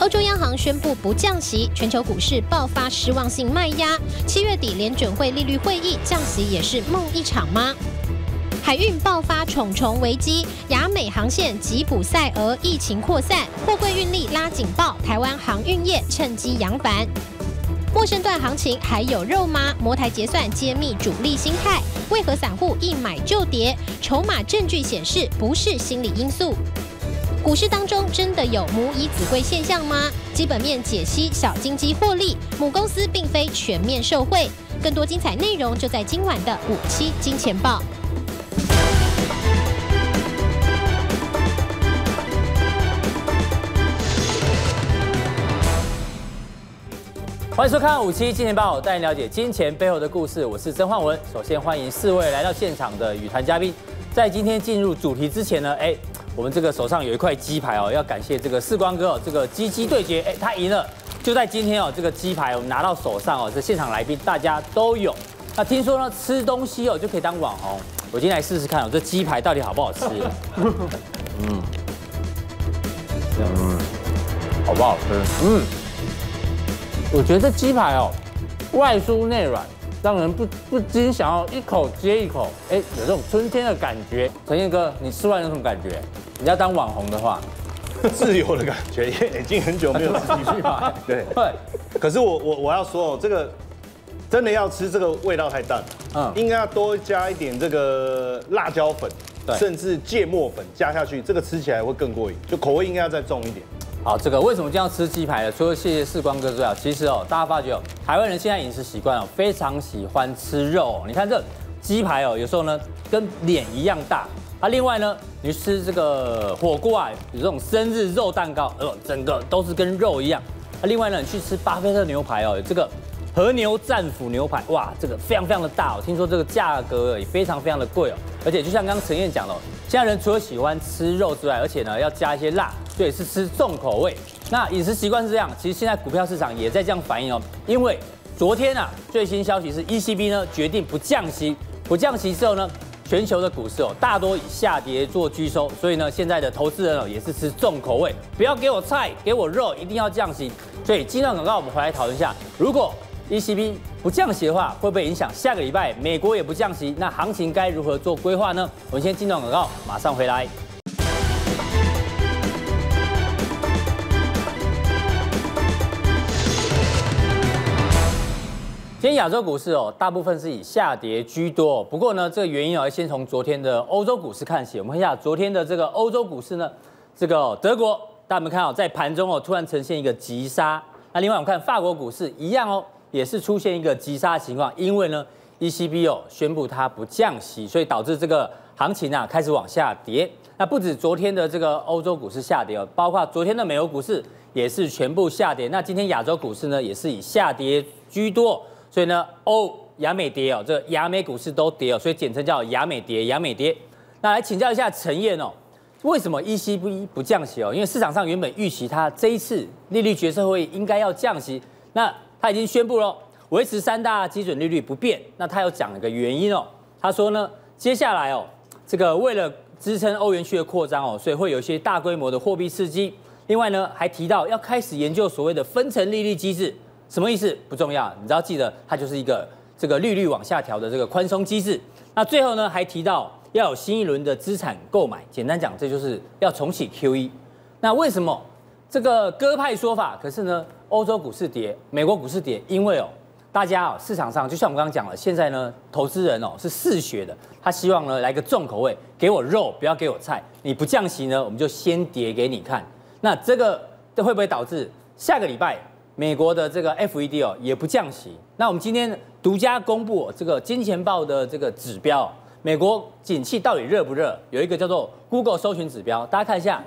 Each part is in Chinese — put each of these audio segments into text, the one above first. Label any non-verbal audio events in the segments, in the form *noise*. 欧洲央行宣布不降息，全球股市爆发失望性卖压。七月底联准会利率会议降息也是梦一场吗？海运爆发重重危机，亚美航线吉普赛俄疫情扩散，货柜运力拉警报，台湾航运业趁机扬帆。陌生段行情还有肉吗？摩台结算揭秘主力心态，为何散户一买就跌？筹码证据显示不是心理因素。股市当中真的有母以子贵现象吗？基本面解析，小金鸡获利，母公司并非全面受惠。更多精彩内容就在今晚的五期金钱报。欢迎收看五期金钱报，带您了解金钱背后的故事。我是曾焕文。首先欢迎四位来到现场的语坛嘉宾。在今天进入主题之前呢，哎，我们这个手上有一块鸡排哦，要感谢这个四光哥哦，这个鸡鸡对决，哎，他赢了。就在今天哦，这个鸡排我们拿到手上哦，这现场来宾大家都有。那听说呢，吃东西哦就可以当网红，我今天来试试看哦，这鸡排到底好不好吃？嗯，嗯，好不好吃？嗯。我觉得鸡排哦，外酥内软，让人不不禁想要一口接一口，哎，有这种春天的感觉。陈彦哥，你吃完有什么感觉？你要当网红的话，自由的感觉，也已经很久没有吃鸡排。对对， *laughs* 可是我我我要说哦，这个真的要吃，这个味道太淡了，嗯，应该要多加一点这个辣椒粉，对甚至芥末粉加下去，这个吃起来会更过瘾，就口味应该要再重一点。好，这个为什么这样吃鸡排呢？除了谢谢世光哥之外，其实哦，大家发觉哦，台湾人现在饮食习惯哦，非常喜欢吃肉、哦。你看这鸡排哦，有时候呢跟脸一样大。啊，另外呢，你吃这个火锅啊，有这种生日肉蛋糕，呃，整个都是跟肉一样。啊，另外呢，你去吃巴菲特牛排哦，有这个和牛战斧牛排，哇，这个非常非常的大哦，听说这个价格也非常非常的贵哦，而且就像刚刚陈燕讲的、哦，现在人除了喜欢吃肉之外，而且呢要加一些辣，对，是吃重口味。那饮食习惯是这样，其实现在股票市场也在这样反应哦，因为昨天啊最新消息是 ECB 呢决定不降息，不降息之后呢。全球的股市哦，大多以下跌做居收，所以呢，现在的投资人哦也是吃重口味，不要给我菜，给我肉，一定要降息。所以今天广告我们回来讨论一下，如果 ECB 不降息的话，会不会影响下个礼拜美国也不降息？那行情该如何做规划呢？我们先进段广告，马上回来。今天亚洲股市哦，大部分是以下跌居多、哦。不过呢，这个原因哦，先从昨天的欧洲股市看起。我们看一下昨天的这个欧洲股市呢，这个哦、德国，大家们看哦，在盘中哦突然呈现一个急杀。那另外我们看法国股市一样哦，也是出现一个急杀的情况，因为呢，ECB 哦宣布它不降息，所以导致这个行情啊开始往下跌。那不止昨天的这个欧洲股市下跌哦，包括昨天的美国股市也是全部下跌。那今天亚洲股市呢，也是以下跌居多。哦所以呢，欧亚美跌哦，这个亚美股市都跌哦，所以简称叫亚美跌，亚美跌。那来请教一下陈燕哦，为什么 ECB 不降息哦？因为市场上原本预期它这一次利率决策会议应该要降息，那它已经宣布了哦维持三大基准利率不变。那他有讲了个原因哦，他说呢，接下来哦，这个为了支撑欧元区的扩张哦，所以会有一些大规模的货币刺激。另外呢，还提到要开始研究所谓的分层利率机制。什么意思不重要，你只要记得它就是一个这个利率往下调的这个宽松机制。那最后呢，还提到要有新一轮的资产购买，简单讲，这就是要重启 QE。那为什么这个鸽派说法？可是呢，欧洲股市跌，美国股市跌，因为哦，大家哦市场上就像我们刚刚讲了，现在呢，投资人哦是嗜血的，他希望呢来个重口味，给我肉，不要给我菜。你不降息呢，我们就先跌给你看。那这个这会不会导致下个礼拜？美国的这个 FED 哦也不降息。那我们今天独家公布、哦、这个《金钱报》的这个指标、哦，美国景气到底热不热？有一个叫做 Google 搜寻指标，大家看一下，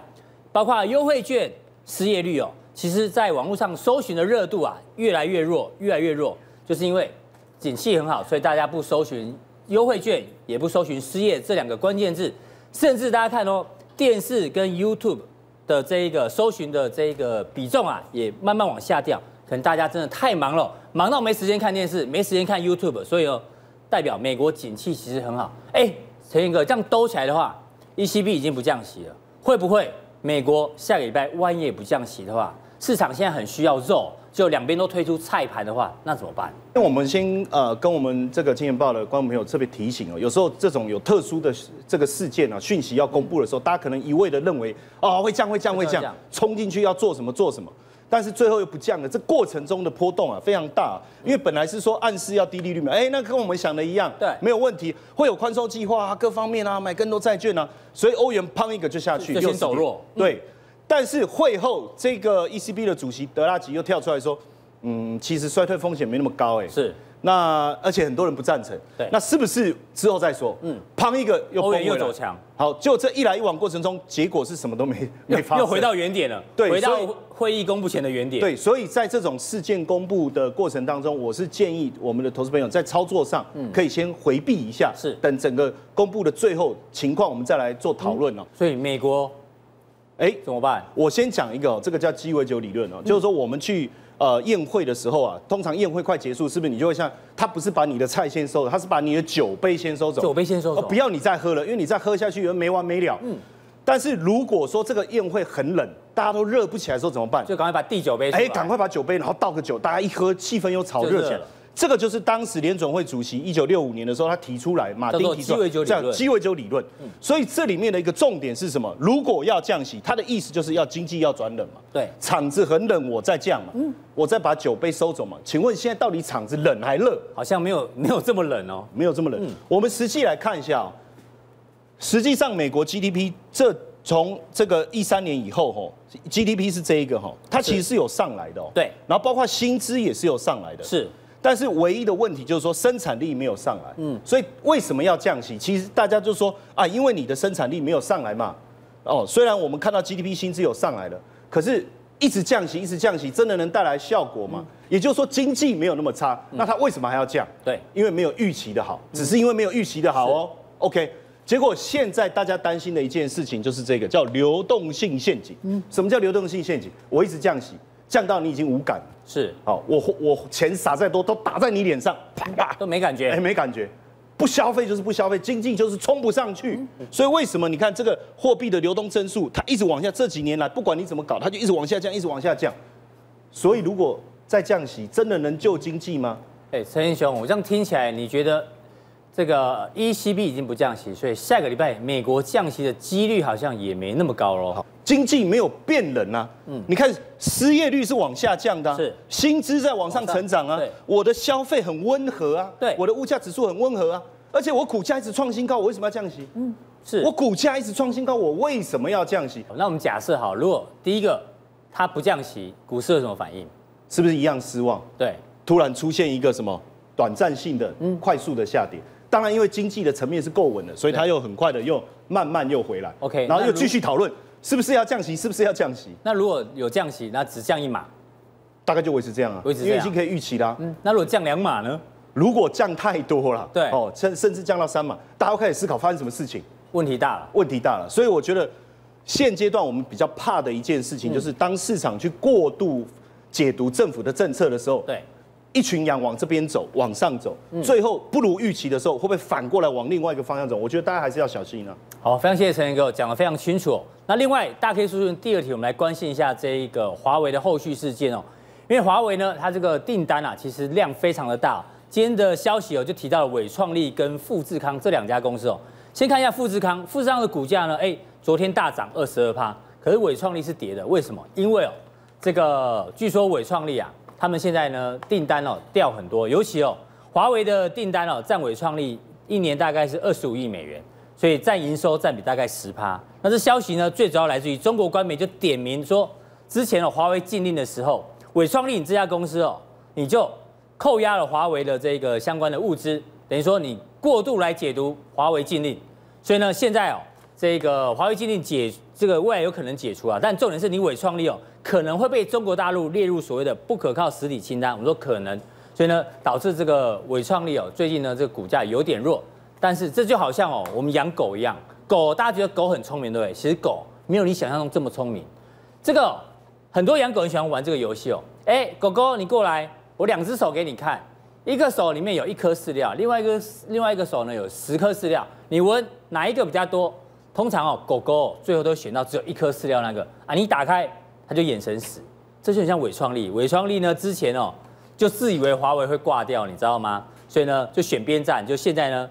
包括优惠券、失业率哦，其实在网络上搜寻的热度啊越来越弱，越来越弱，就是因为景气很好，所以大家不搜寻优惠券，也不搜寻失业这两个关键字，甚至大家看哦，电视跟 YouTube。的这一个搜寻的这一个比重啊，也慢慢往下掉。可能大家真的太忙了，忙到没时间看电视，没时间看 YouTube，所以哦，代表美国景气其实很好。哎，陈彦哥，这样兜起来的话，ECB 已经不降息了，会不会美国下个礼拜万一也不降息的话，市场现在很需要肉，就两边都推出菜盘的话，那怎么办？那我们先呃跟我们这个《金钱报》的观众朋友特别提醒哦，有时候这种有特殊的这个事件啊，讯息要公布的时候，大家可能一味的认为哦会降会降会会降降，冲进去要做什么做什么。但是最后又不降了，这过程中的波动啊非常大、因为本来是说暗示要低利率嘛，哎、那跟我们想的一样，对没有问题，会有宽松计划啊，各方面啊，买更多债券啊，所以欧元砰一个就下去，就先60走点弱对，但是会后这个 ECB 的主席德拉吉又跳出来说，嗯，其实衰退风险没那么高、哎，是那而且很多人不赞成，对那是不是之后再说？嗯，砰一个又欧元崩回又来走强，好，就这一来一往过程中，结果是什么都没没发生，又回到原点了，对回到所以会议公布前的原点。对，所以在这种事件公布的过程当中，我是建议我们的投资朋友在操作上可以先回避一下，嗯是等整个公布的最后情况，我们再来做讨论哦。所以美国哎，怎么办？我先讲一个、哦，这个叫鸡尾酒理论哦，嗯就是说我们去呃宴会的时候啊，通常宴会快结束，是不是你就会像他不是把你的菜先收走，他是把你的酒杯先收走，酒杯先收走哦不要你再喝了，因为你再喝下去没完没了。嗯，但是如果说这个宴会很冷，大家都热不起来的时候怎么办？就赶快把第九杯出来哎，赶快把酒杯，然后倒个酒，大家一喝，气氛又炒热起就热来了。这个就是当时联总会主席一九六五年的时候，他提出来，马丁叫做提出来鸡尾酒理论嗯叫鸡尾酒理论。所以这里面的一个重点是什么？如果要降息，他的意思就是要经济要转冷嘛。对场子很冷，我再降嘛，嗯我再把酒杯收走嘛。请问现在到底场子冷还热？好像没有没有这么冷哦。没有这么冷。我们实际来看一下、哦，实际上美国 GDP 这从这个一三年以后、哦，吼，GDP 是这一个哈、哦，它其实是有上来的哦。对然后包括薪资也是有上来的。。是但是唯一的问题就是说生产力没有上来，嗯，所以为什么要降息？其实大家就说啊，因为你的生产力没有上来嘛，哦，虽然我们看到 GDP 薪资有上来了，可是一直降息，一直降息，真的能带来效果吗？嗯也就是说经济没有那么差，那它为什么还要降？对因为没有预期的好，只是因为没有预期的好哦。OK，结果现在大家担心的一件事情就是这个叫流动性陷阱。嗯，什么叫流动性陷阱？我一直降息，降到你已经无感了。是，好，我我钱撒再多都打在你脸上，啪，都没感觉。哎，没感觉。不消费就是不消费，经济就是冲不上去。所以为什么你看这个货币的流动增速，它一直往下，这几年来不管你怎么搞，它就一直往下降，一直往下降。所以如果再降息，真的能救经济吗？哎，陈英雄，我这样听起来，你觉得这个 ECB 已经不降息，所以下个礼拜美国降息的几率好像也没那么高喽。经济没有变冷啊，你看失业率是往下降的、啊，嗯是薪资在往上成长往啊上对，我的消费很温和啊，对我的物价指数很温和啊，而且我股价一直创新高，我为什么要降息？嗯是我股价一直创新高，我为什么要降息？那我们假设好，如果第一个它不降息，股市有什么反应？是不是一样失望？对，突然出现一个什么短暂性的、嗯快速的下跌？当然，因为经济的层面是够稳的，所以它又很快的又慢慢又回来。 OK，然后那又如继续讨论是不是要降息，是不是要降息，那如果有降息，那只降一码，大概就维持这样啊，维持这样因为已经可以预期啦、嗯，那如果降两码呢？如果降太多了，对哦，甚甚至降到三嘛，大家会开始思考发生什么事情。问题大了。问题大了。所以我觉得现阶段我们比较怕的一件事嗯情，就是当市场去过度解读政府的政策的时候，对，嗯一群羊往这边走，往上走，最后不如预期的时候，会不会反过来往另外一个方向走？我觉得大家还是要小心啊。好，非常谢谢陈彦哥讲得非常清楚、哦。那另外，大 K 叔叔第二题，我们来关心一下这一个华为的后续事件哦。因为华为呢，它这个订单啊，其实量非常的大。哦今天的消息哦，就提到了伟创力跟富士康这两家公司哦。先看一下富士康，富士康的股价呢，哎，昨天大涨二十二趴，可是伟创力是跌的，为什么？因为哦，这个据说伟创力啊，他们现在呢订单哦掉很多，尤其哦华为的订单哦占伟创力一年大概是二十五亿美元，所以占营收占比大概十趴。那这消息呢，最主要来自于中国官媒就点名说，之前哦华为禁令的时候，伟创力你这家公司哦，你就扣押了华为的这个相关的物资，等于说你过度来解读华为禁令，所以呢现在哦。这个华为禁令解这个未来有可能解除啊，但重点是你伪创立哦，可能会被中国大陆列入所谓的不可靠实体清单。我们说可能，所以呢，导致这个伪创立哦，最近呢这个股价有点弱。但是这就好像哦，我们养狗一样，狗大家觉得狗很聪明，对不对？其实狗没有你想象中这么聪明。这个很多养狗很喜欢玩这个游戏哦。哎，狗狗你过来，我两只手给你看，一个手里面有一颗饲料，另外一个另外一个手呢有十颗饲料，你闻哪一个比较多？通常哦，狗狗哦最后都选到只有一颗饲料那个啊，你打开它就眼神死，这就很像伪创立。伪创立呢，之前哦就自以为华为会挂掉，你知道吗？所以呢就选边站，就现在呢，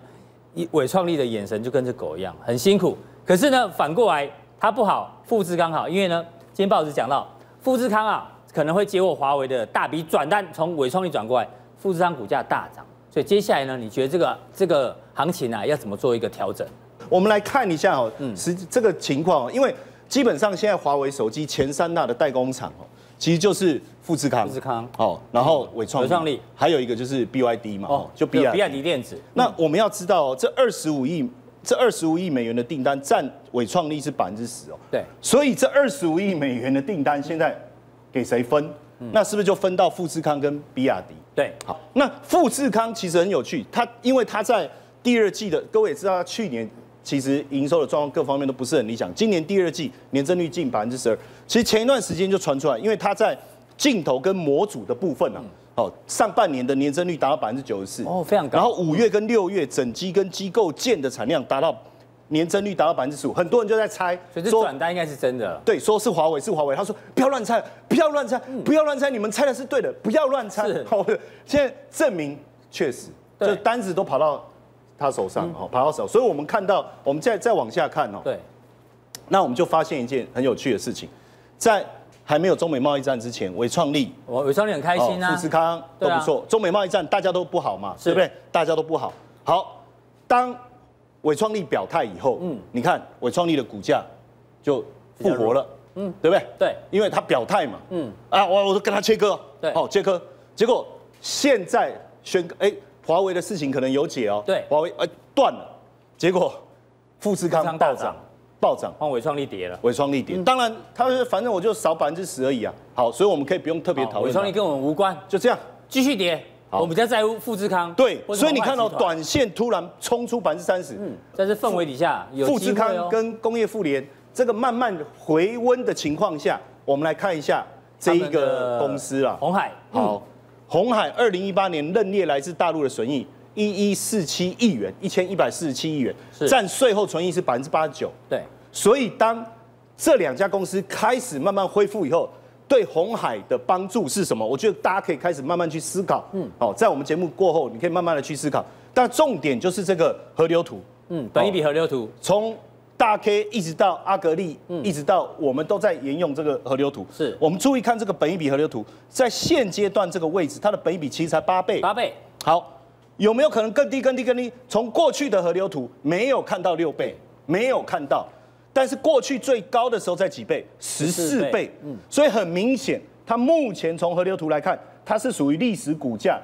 一伪创立的眼神就跟这狗一样，很辛苦。可是呢，反过来它不好，富士康好，因为呢，今天报纸讲到富士康啊可能会接获华为的大笔转单，从伪创立转过来，富士康股价大涨。所以接下来呢，你觉得这个这个行情啊，要怎么做一个调整？我们来看一下哦，嗯实际这个情况哦，因为基本上现在华为手机前三大的代工厂哦，其实就是富士康、富士康嗯哦，然后伟创、伟创力还有一个就是 BYD 嘛，哦，就比 BYD 比亚迪电子，那我们要知道、哦，这二十五亿这二十五亿美元的订单占伟创力是百分之十哦。对所以这二十五亿美元的订单现在给谁分？嗯那是不是就分到富士康跟比亚迪？对好，那富士康其实很有趣，它因为它在第二季的，各位也知道，它去年其实营收的状况各方面都不是很理想，今年第二季年增率近百分之十二。其实前一段时间就传出来，因为它在镜头跟模组的部分啊，哦，上半年的年增率达到百分之九十四，嗯哦非常高然后五月跟六月整机跟机构件的产量达到年增率达到百分之十五，很多人就在猜，所以这说转单应该是真的了。对，说是华为是华为，他说不要乱猜，不要乱猜，不要乱猜，你们猜的是对的，不要乱猜嗯是。好的，现在证明确实，对嗯就单子都跑到他手上，哦，跑到手，所以我们看到，我们再再往下看哦，对，那我们就发现一件很有趣的事情，在还没有中美贸易战之前，伟创力我伟创你很开心啊，富士康都对啊不错。中美贸易战大家都不好嘛，是对不对？大家都不好。好，当伟创力表态以后，嗯，你看伟创力的股价就复活了，嗯，对不对？对因为他表态嘛，嗯嗯，啊，我我都跟他切割，对哦，切割。结果现在宣哎，华为的事情可能有解哦，对华为哎断了，结果富富士士康康大暴涨涨，嗯暴涨。换伟创力跌了。伟创力点，当然，他是反正我就少百分之十而已啊。好，所以我们可以不用特别好讨哦伟论创力它，跟我们无关，就这样。继续跌。好我比较在乎富士康。对，或者所以你华为看到、哦集团，短线突然冲出百分之三十，嗯在这氛围底下，有富机士会哦康跟工业妇联这个慢慢回温的情况下，我们来看一下这一个公司啊啦。红海，好，红海二零一八年认列来自大陆的损益一一四七亿元，一千一百四十七亿元是，占税后存益是百分之八十九。对，所以当这两家公司开始慢慢恢复以后，对红海的帮助是什么？我觉得大家可以开始慢慢去思考。嗯，哦，在我们节目过后，你可以慢慢的去思考。但重点就是这个河流图，嗯，本一比河流图，从大 K 一直到阿格力，一直到我们都在沿用这个河流图。嗯是我们注意看这个本一比河流图，在现阶段这个位置，它的本一比其实才八倍。八倍，好，有没有可能更低、更低、更低？从过去的河流图没有看到六倍，没有看到，但是过去最高的时候在几倍？十四14倍嗯倍。所以很明显，它目前从河流图来看，它是属于历史股价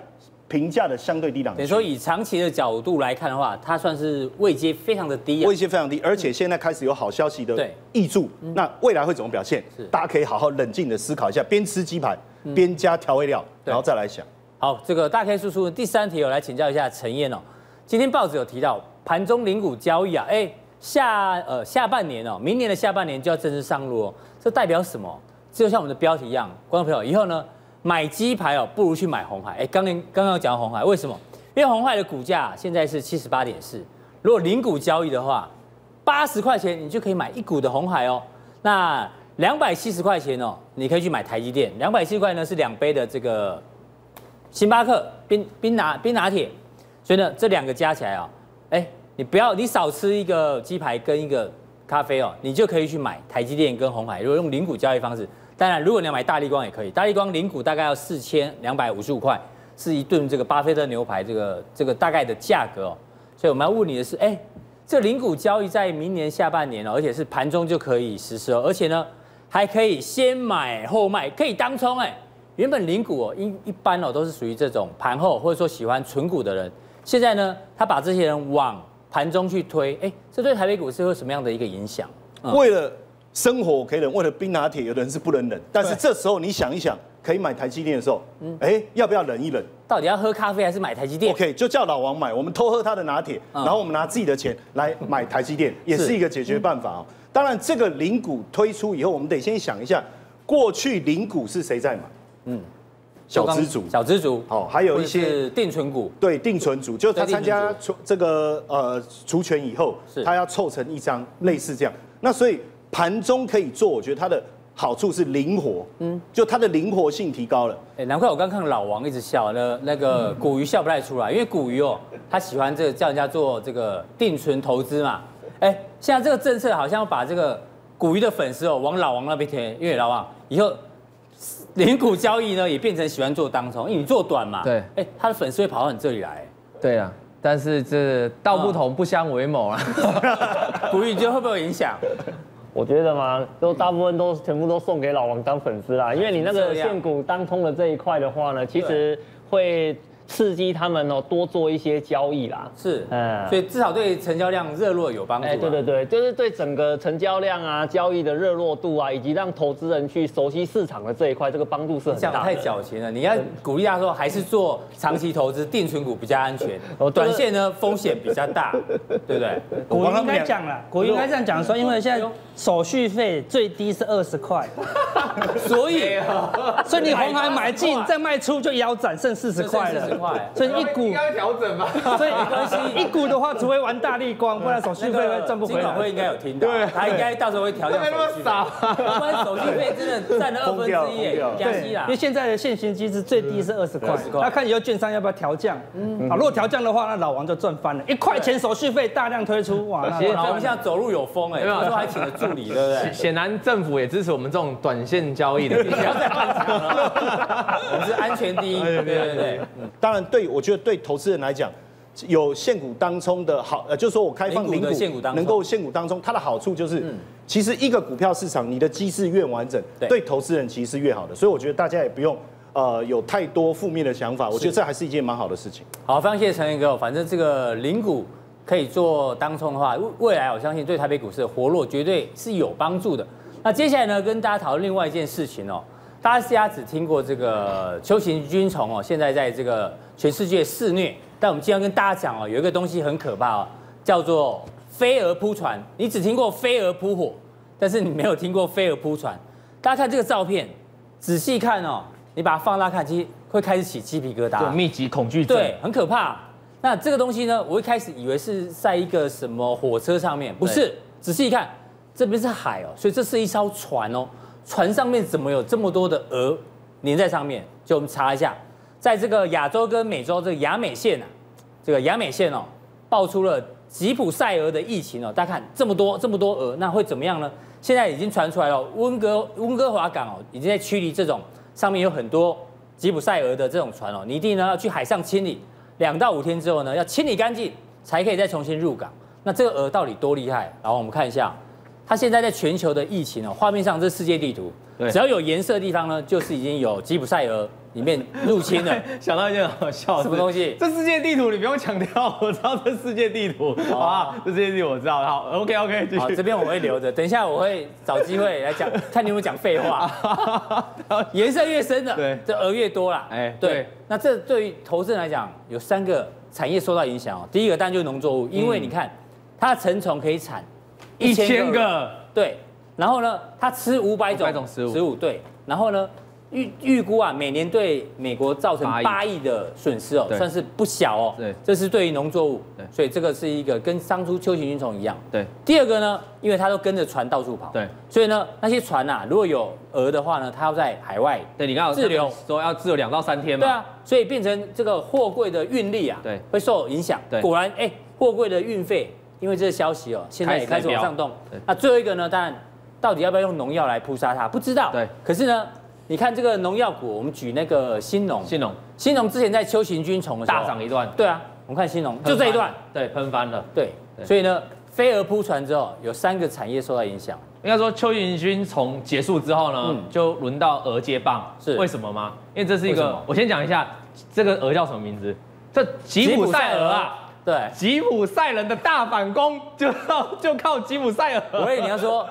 评价的相对低档区，等于说以长期的角度来看的话，它算是位阶非常的低啊威。胁非常低，而且现在开始有好消息的对嗯益助，那未来会怎么表现是？大家可以好好冷静的思考一下，边吃鸡排边加调味料，对然后再来想。好，这个大 K 叔叔第三题，我哦来请教一下陈燕哦。今天报纸有提到盘中零股交易啊，哎、下呃下半年哦，明年的下半年就要正式上路哦，这代表什么？就像我们的标题一样，观众朋友，以后呢买鸡排哦，不如去买红海。哎、刚刚刚刚有讲到红海，为什么？因为红海的股价现在是七十八点四，如果零股交易的话，八十块钱你就可以买一股的红海哦。那两百七十块钱哦，你可以去买台积电。两百七十块呢是两杯的这个星巴克冰冰拿冰拿铁，所以呢，这两个加起来啊，哎，你不要你少吃一个鸡排跟一个咖啡哦，你就可以去买台积电跟红海。如果用零股交易方式，当然如果你要买大力光也可以，大力光零股大概要四千两百五十五块，是一顿这个巴菲特牛排这个这个大概的价格哦。所以我们要问你的是，哎，这零股交易在明年下半年哦，而且是盘中就可以实施哦，而且呢还可以先买后卖，可以当冲哎。原本零股哦，一一般哦都是属于这种盘后或者说喜欢存股的人，现在呢，他把这些人往盘中去推，哎、这对台北股市会有什么样的一个影响？为了生活可以忍，为了冰拿铁，有的人是不能忍。但是这时候你想一想，可以买台积电的时候，嗯哎，要不要忍一忍到底要喝咖啡还是买台积电？ ？OK，就叫老王买，我们偷喝他的拿铁，嗯然后我们拿自己的钱来买台积电，也是一个解决办法嗯哦。当然，这个零股推出以后，我们得先想一下，过去零股是谁在买？嗯，小资族，小资族，好还有一些或者是定存股，对定存组，就是他参对加定除这个呃除权以后是，他要凑成一张类似这样。那所以盘中可以做，我觉得它的好处是灵活，嗯，就它的灵活性提高了。哎，难怪我刚看老王一直笑，那那个嗯古鱼笑不太出来，因为古鱼哦，他喜欢这个叫人家做这个定存投资嘛。哎，现在这个政策好像把这个古鱼的粉丝哦往老王那边贴，因为老王以后零股交易呢也变成喜欢做当冲，因为你做短嘛。对哎，他的粉丝会跑到你这里来，对啊，但是这道不同不相为谋啊。古鱼你觉得会不会有影响？我觉得嗯嘛，都大部分都全部都送给老王当粉丝啦，因为你那怎么个这样现股当通的这一块的话嗯呢，其实会刺激他们哦多做一些交易啦。是，嗯所以至少对成交量热络有帮助、啊。哎，对对对，就是对整个成交量啊、交易的热络度啊，以及让投资人去熟悉市场的这一块，这个帮助是很这样大太的。矫情了，你要鼓励他说还是做长期投资，定存股比较安 *laughs* 全哦，这个短线呢风险比较 *laughs* 大，对不对？国我帮云他们应该两讲了，国云应该这样讲说，因为现在手续费最低是二十块，所 *laughs* 以啊所以你红海买进再卖出就腰斩，剩四十块剩40块了。所以一股要调整吧。 *laughs* 所以没关系，一股的话除非玩大力光，不然手续费会赚不啊金回管会来。应该有听到，他应该到时候会调 *laughs* 降手续费，不然手续费真的占了二分之一耶，加息啦因为。现在的现行机制最低是二十块20，块那看以后券商要不要调降。嗯，好，如果调降的话，那老王就赚翻了，一块钱手续费大量推出，哇，那其实老王现在走路有风哎，没有他说还请了助理，对不对？ *laughs* 显然政府也支持我们这种短线交易的。啊不要再乱讲了，我们是 *laughs* 安全第一，对对对。当然对，我觉得对投资人来讲，有现股当冲的好，呃，就是说我开放零股的零股，现股当冲嗯能够现股当冲，它的好处就是，其实一个股票市场，你的机制越完整，对对投资人其实是越好的。所以我觉得大家也不用呃有太多负面的想法，我觉得这还是一件蛮好的事情。好，非常谢谢陈彦哥哦。反正这个零股可以做当冲的话，未未来我相信对台北股市的活络绝对是有帮助的。那接下来呢，跟大家讨论另外一件事情哦。大家大家只听过这个秋行军虫哦，现在在这个全世界肆虐。但我们今天要跟大家讲哦，有一个东西很可怕哦，叫做飞蛾扑船。你只听过飞蛾扑火，但是你没有听过飞蛾扑船。大家看这个照片，仔细看哦，你把它放大看，其实会开始起鸡皮疙瘩。有密集恐惧症，对，很可怕。那这个东西呢，我一开始以为是在一个什么火车上面，不是，仔细一看，这边是海哦，所以这是一艘船哦，船上面怎么有这么多的蛾粘在上面？就我们查一下，在这个亚洲跟美洲这个亚美县啊，这个亚美县哦，爆出了吉普赛俄的疫情哦。大家看这么多这么多俄，那会怎么样呢？现在已经传出来了，温哥温哥华港哦，已经在驱离这种上面有很多吉普赛俄的这种船哦，你一定呢要去海上清理，两到五天之后呢，要清理干净才可以再重新入港。那这个俄到底多厉害？然后我们看一下，它现在在全球的疫情哦，画面上这世界地图，对只要有颜色的地方呢，就是已经有吉普赛俄里面入侵了。想到一件很好笑的事什么东西这世界地图你不用强调，我知道这世界地图，好吧？这世界地图我知道。哦好，OK OK，*laughs* 继好，续这。边我会 *laughs* 留着，等一下我会找机会来讲，看你有没有讲废话。 *laughs* 颜色越深的，啊对这额越多啦。哎对那这对于投资人来讲，有三个产业受到影响哦。第一个当然就是农作物，因为你看、它的成虫可以产一千1000个，对，然后呢，它吃五百种500种食物对，然后呢，预预估啊，每年对美国造成8亿八亿的损失哦，对算是不小哦。对这是对于农作物对，所以这个是一个跟当初秋行菌虫一样。对第二个呢，因为它都跟着船到处跑，对，所以呢，那些船呐、如果有蛾的话呢，它要在海外，对，你刚好滞留说要滞留两到三天嘛？对啊，所以变成这个货柜的运力啊，对会受影响。对果然，哎，货柜的运费，因为这个消息哦，现在也开开始始在往飙上动对。那最后一个呢，当然，到底要不要用农药来扑杀它，不知道。对可是呢，你看这个农药股，我们举那个新农，信龙新农之前在秋行菌虫的时候大涨一段，对啊，我们看新农就这一段，对，喷翻了。对，对所以呢，飞蛾扑船之后，有三个产业受到影响。应该说，邱云军从结束之后呢，嗯就轮到鹅接棒，是为什么吗？因为这是一为什个么，我先讲一下这个鹅叫什么名字，这吉普赛鹅啊。，对。吉普赛人的大反攻就靠就靠吉普赛我鹅。 *laughs* 以为你要说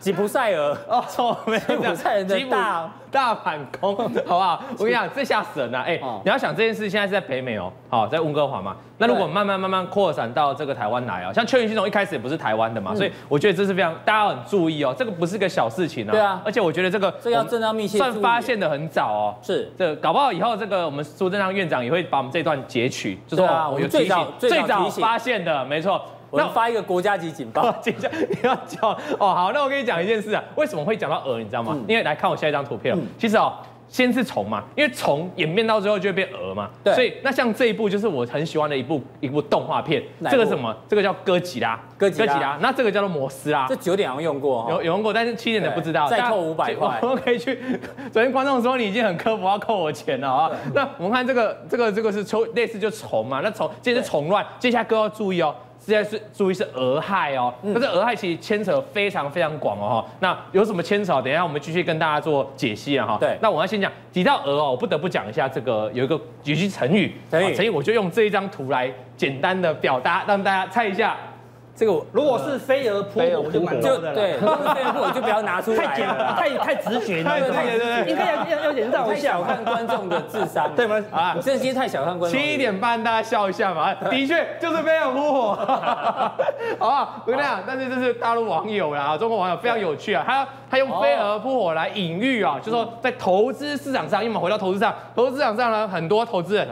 吉普赛鹅，哦，没有吉普赛人的大大反 *laughs* 攻，好不好？我跟你讲，这吓死人了、哎、哦你要想这件事现在是在北美哦，好，在温哥华嘛。那如果慢慢慢慢扩展到这个台湾来啊，像确云系统一开始也不是台湾嗯的嘛，所以我觉得这是非常大家很注意哦，这个不是个小事情啊。对啊而且我觉得这个这个要我们正当密切算注意发现的很早哦。是这搞不好以后这个我们苏贞昌院长也会把我们这段截取，就对说啊哦我们有最提醒早最最早早提醒发现的，没错。我们发一个国家级警 *laughs* 报。接下你要讲哦，好，那我跟你讲一件事啊，为什么会讲到蛾，你知道吗？嗯因为来看我下一张图片、哦，其实哦。先是虫嘛，因为虫演变到最后就会变蛾嘛，对所以那像这一部就是我很喜欢的一部一部动画片，哪一部这个是什么？这个叫哥吉拉，哥吉拉那这个叫做摩斯拉这，九点好像用过哦有哈有，用过，但是七点的不知道，对再大家扣500块我们可以去。昨天观众说你已经很刻薄，要扣我钱了啊。嗯那我们看这个，这个，这个是虫，类似就虫嘛。那虫，这是虫乱，接下来各位要注意哦。现在是注意是蛾害哦，嗯那这蛾害其实牵扯非常非常广哦哈。那有什么牵扯？啊等一下我们继续跟大家做解析啊哈。对那我要先讲提到蛾哦，我不得不讲一下这个有一个有一句成语，成语啊成语我就用这一张图来简单的表达，让大家猜一下。这个我如果是飞蛾扑飞蛾火，我就扑蛮火就多的了。对，这样我就不要拿出来太简了。太太直觉了，太直觉对对对应该要要要点绕太一下，小我看看观众的智 *laughs* 商，对吗？？啊你这些太小看观众。七点半大家笑一下嘛，的确就是非常 *laughs* 扑火，好不好？啊我跟你讲，但是这是大陆网友啦，中国网友非常有趣啊，他他用飞蛾扑火来隐喻啊，就说在投资市场上，因为我们回到投资上，投资市场上呢，很多投资人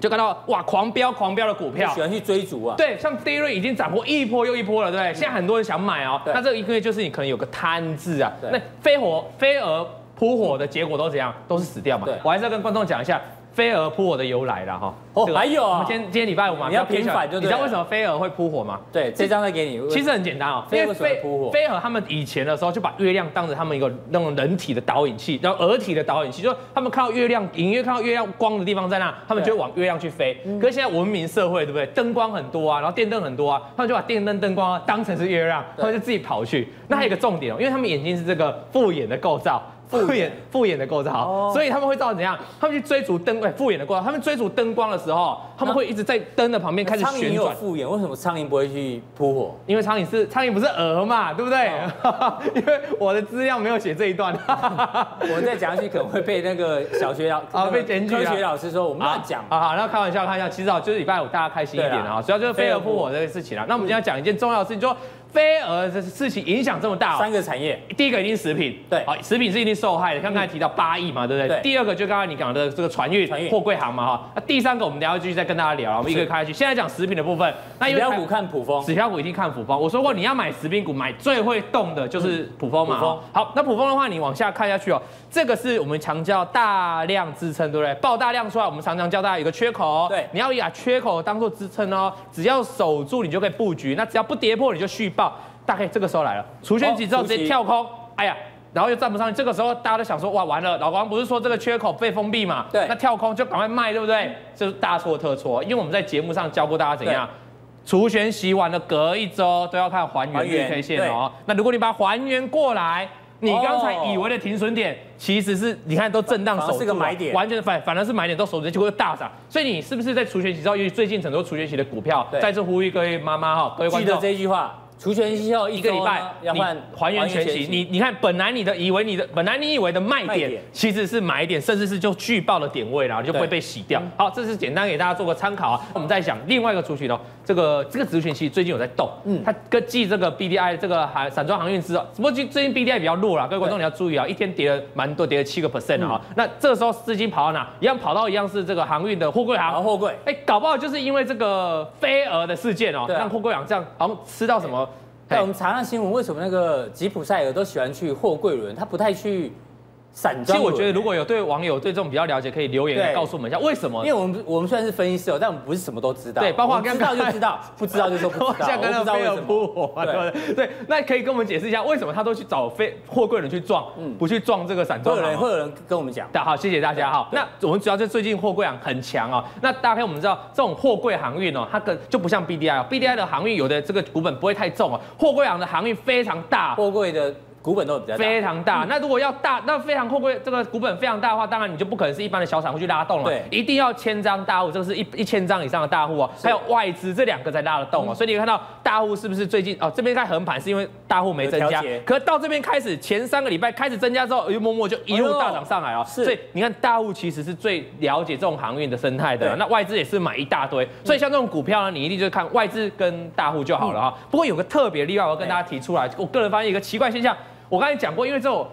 就看到哇狂飙狂飙的股票喜。欢去追逐啊。对，像 d 瑞已经涨过一波又一波了，对不对？现在很多人想买哦，嗯对那这个一个月就是你可能有个贪字啊对。那飞蛾飞蛾扑火的结果都怎样？都是死掉嘛对。我还是要跟观众讲一下飞蛾扑火的由来啦，哈。哦这个还有啊我们今天今天礼拜五嘛，你要不偏小平反就对了你知道为什么飞蛾会扑火吗？对，这张再给你。其实很简单哦，飞蛾为什么会扑火飞蛾他们以前的时候就把月亮当成他们一个那种人体的导引器，然后鹅体的导引器，就是他们看到月亮，隐约看到月亮光的地方在那，他们就会往月亮去飞。嗯可是现在文明社会，对不对？灯光很多啊，然后电灯很多啊，他们就把电灯灯光啊当成是月亮，对他们就自己跑去。那还有一个重点哦，因为他们眼睛是这个复眼的构造。复眼复眼的构造，哦所以他们会造成怎样？他们去追逐灯，哎，复眼的构造，他们追逐灯光的时候，他们会一直在灯的旁边开始苍蝇旋有转。复眼，为什么苍蝇不会去扑火？因为苍蝇是苍蝇不是蛾嘛，对不对？哦 *laughs* 因为我的资料没有写这一段，我再讲下去可能会被那个小学老啊被检举啊科学老师 *laughs* 说我们乱讲。啊，好，那开玩笑，开玩笑，其实啊，就是礼拜五大家开心一点啊，主要就是飞蛾扑火这个事嗯情啊。那我们今天要讲一件重要的事情，就说飞蛾这事情影响这么大哦、三个产业，第一个一定食品，对嗯好，食品是一定受害的，像刚才提到八亿嘛，对不对？对第二个就刚刚你讲的这个船运船运、货柜行嘛，哈。那第三个我们等一下会继续再跟大家聊啊，我们一个一个开下去。现在讲食品的部分，那指因为标台股看普丰，指标股一定看普丰。我说过你要买食品股，买最会动的就是普丰嘛。嗯普丰哦好，那普丰的话，你往下看下去哦，这个是我们强调大量支撑，对不对？爆大量出来，我们常常教大家有个缺口哦，对你要把缺口当做支撑哦，只要守住你就可以布局，那只要不跌破你就续报。大概这个时候来了，除权哦几之后直除接息跳空，哎呀。然后又站不上去，这个时候大家都想说，哇，完了，老王不是说这个缺口被封闭嘛？对那跳空就赶快卖，对不嗯对？这是大错特错，因为我们在节目上教过大家怎样除权息完了，隔一周都要看还原月 K 线哦。那如果你把它还原过来，你刚才以为的停损点，其实是你看都震荡守反而住是了，个买点完全反反而是买点都守住，结果又大涨。所以你是不是在除权息之后，由于最近很多除权息的股票对，再次呼吁各位妈妈哈，各位观记得众。这句话，除权息后一一个周礼拜呢你要换还原全息，你你看本来你的以为你的本来你以为的卖卖点点其实是买点，甚至是就巨爆的点位啦，你就不会对嗯被洗掉。好，这是简单给大家做个参考啊。我们再讲另外一个族群哦，这个这个族群其实最近有在动，嗯，它跟继这个 BDI 这个海散装航运之后，只不过最最近 BDI 比较弱啦，各位观众你要注意啊，一天跌了蛮多，跌了七个 percent 嗯啊。那这时候资金跑到哪？一样跑到一样是这个航运的货柜然后行。货柜哎，搞不好就是因为这个飞蛾的事件哦，对啊让货柜行这样好像吃到什么。对，我们查上新闻，为什么那个吉普赛人都喜欢去货柜轮，他不太去散其装实轮？我觉得，如果有对网友对这种比较了解，可以留言来对告诉我们一下为什么因。为我们我们虽然是分析师哦，但我们不是什么都知道。对包括我们知刚道刚就知 *laughs* 道，不知道就说不知道。像我不跟那知道为飞蛾什扑么。火啊，对对不对？对，那可以跟我们解释一下，为什么他都去找飞货柜人去撞，不去撞这个散嗯会装有人行会吗？有人跟我们讲，大好，谢谢大家哈。对那我们主要是最近货柜行很强哦。那大概我们知道，这种货柜航运哦，它跟就不像 BDI 哦，BDI 的航运有的这个股本不会太重哦，货柜行的航运非常大，货柜的股本都比较大。嗯非常大。那如果要大，那非常货柜这个股本非常大的话，当然你就不可能是一般的小散户去拉动了，对一定要千张大户，这个是一一千张以上的大户哦，还有外资这两个才拉得嗯动哦。所以你会看到大户是不是最近哦这边在横盘，是因为大户没增有调加节，可到这边开始前三个礼拜开始增加之后，又哎默默就一路大涨上来啊、哦。哎是所以你看大户其实是最了解这种航运的生态的对，嗯那外资也是买一大堆，所以像这种股票呢，你一定就看外资跟大户就好了哈、不过有个特别例外，我要跟大家提出来，我个人发现一个奇怪现象，我刚才讲过，因为这种。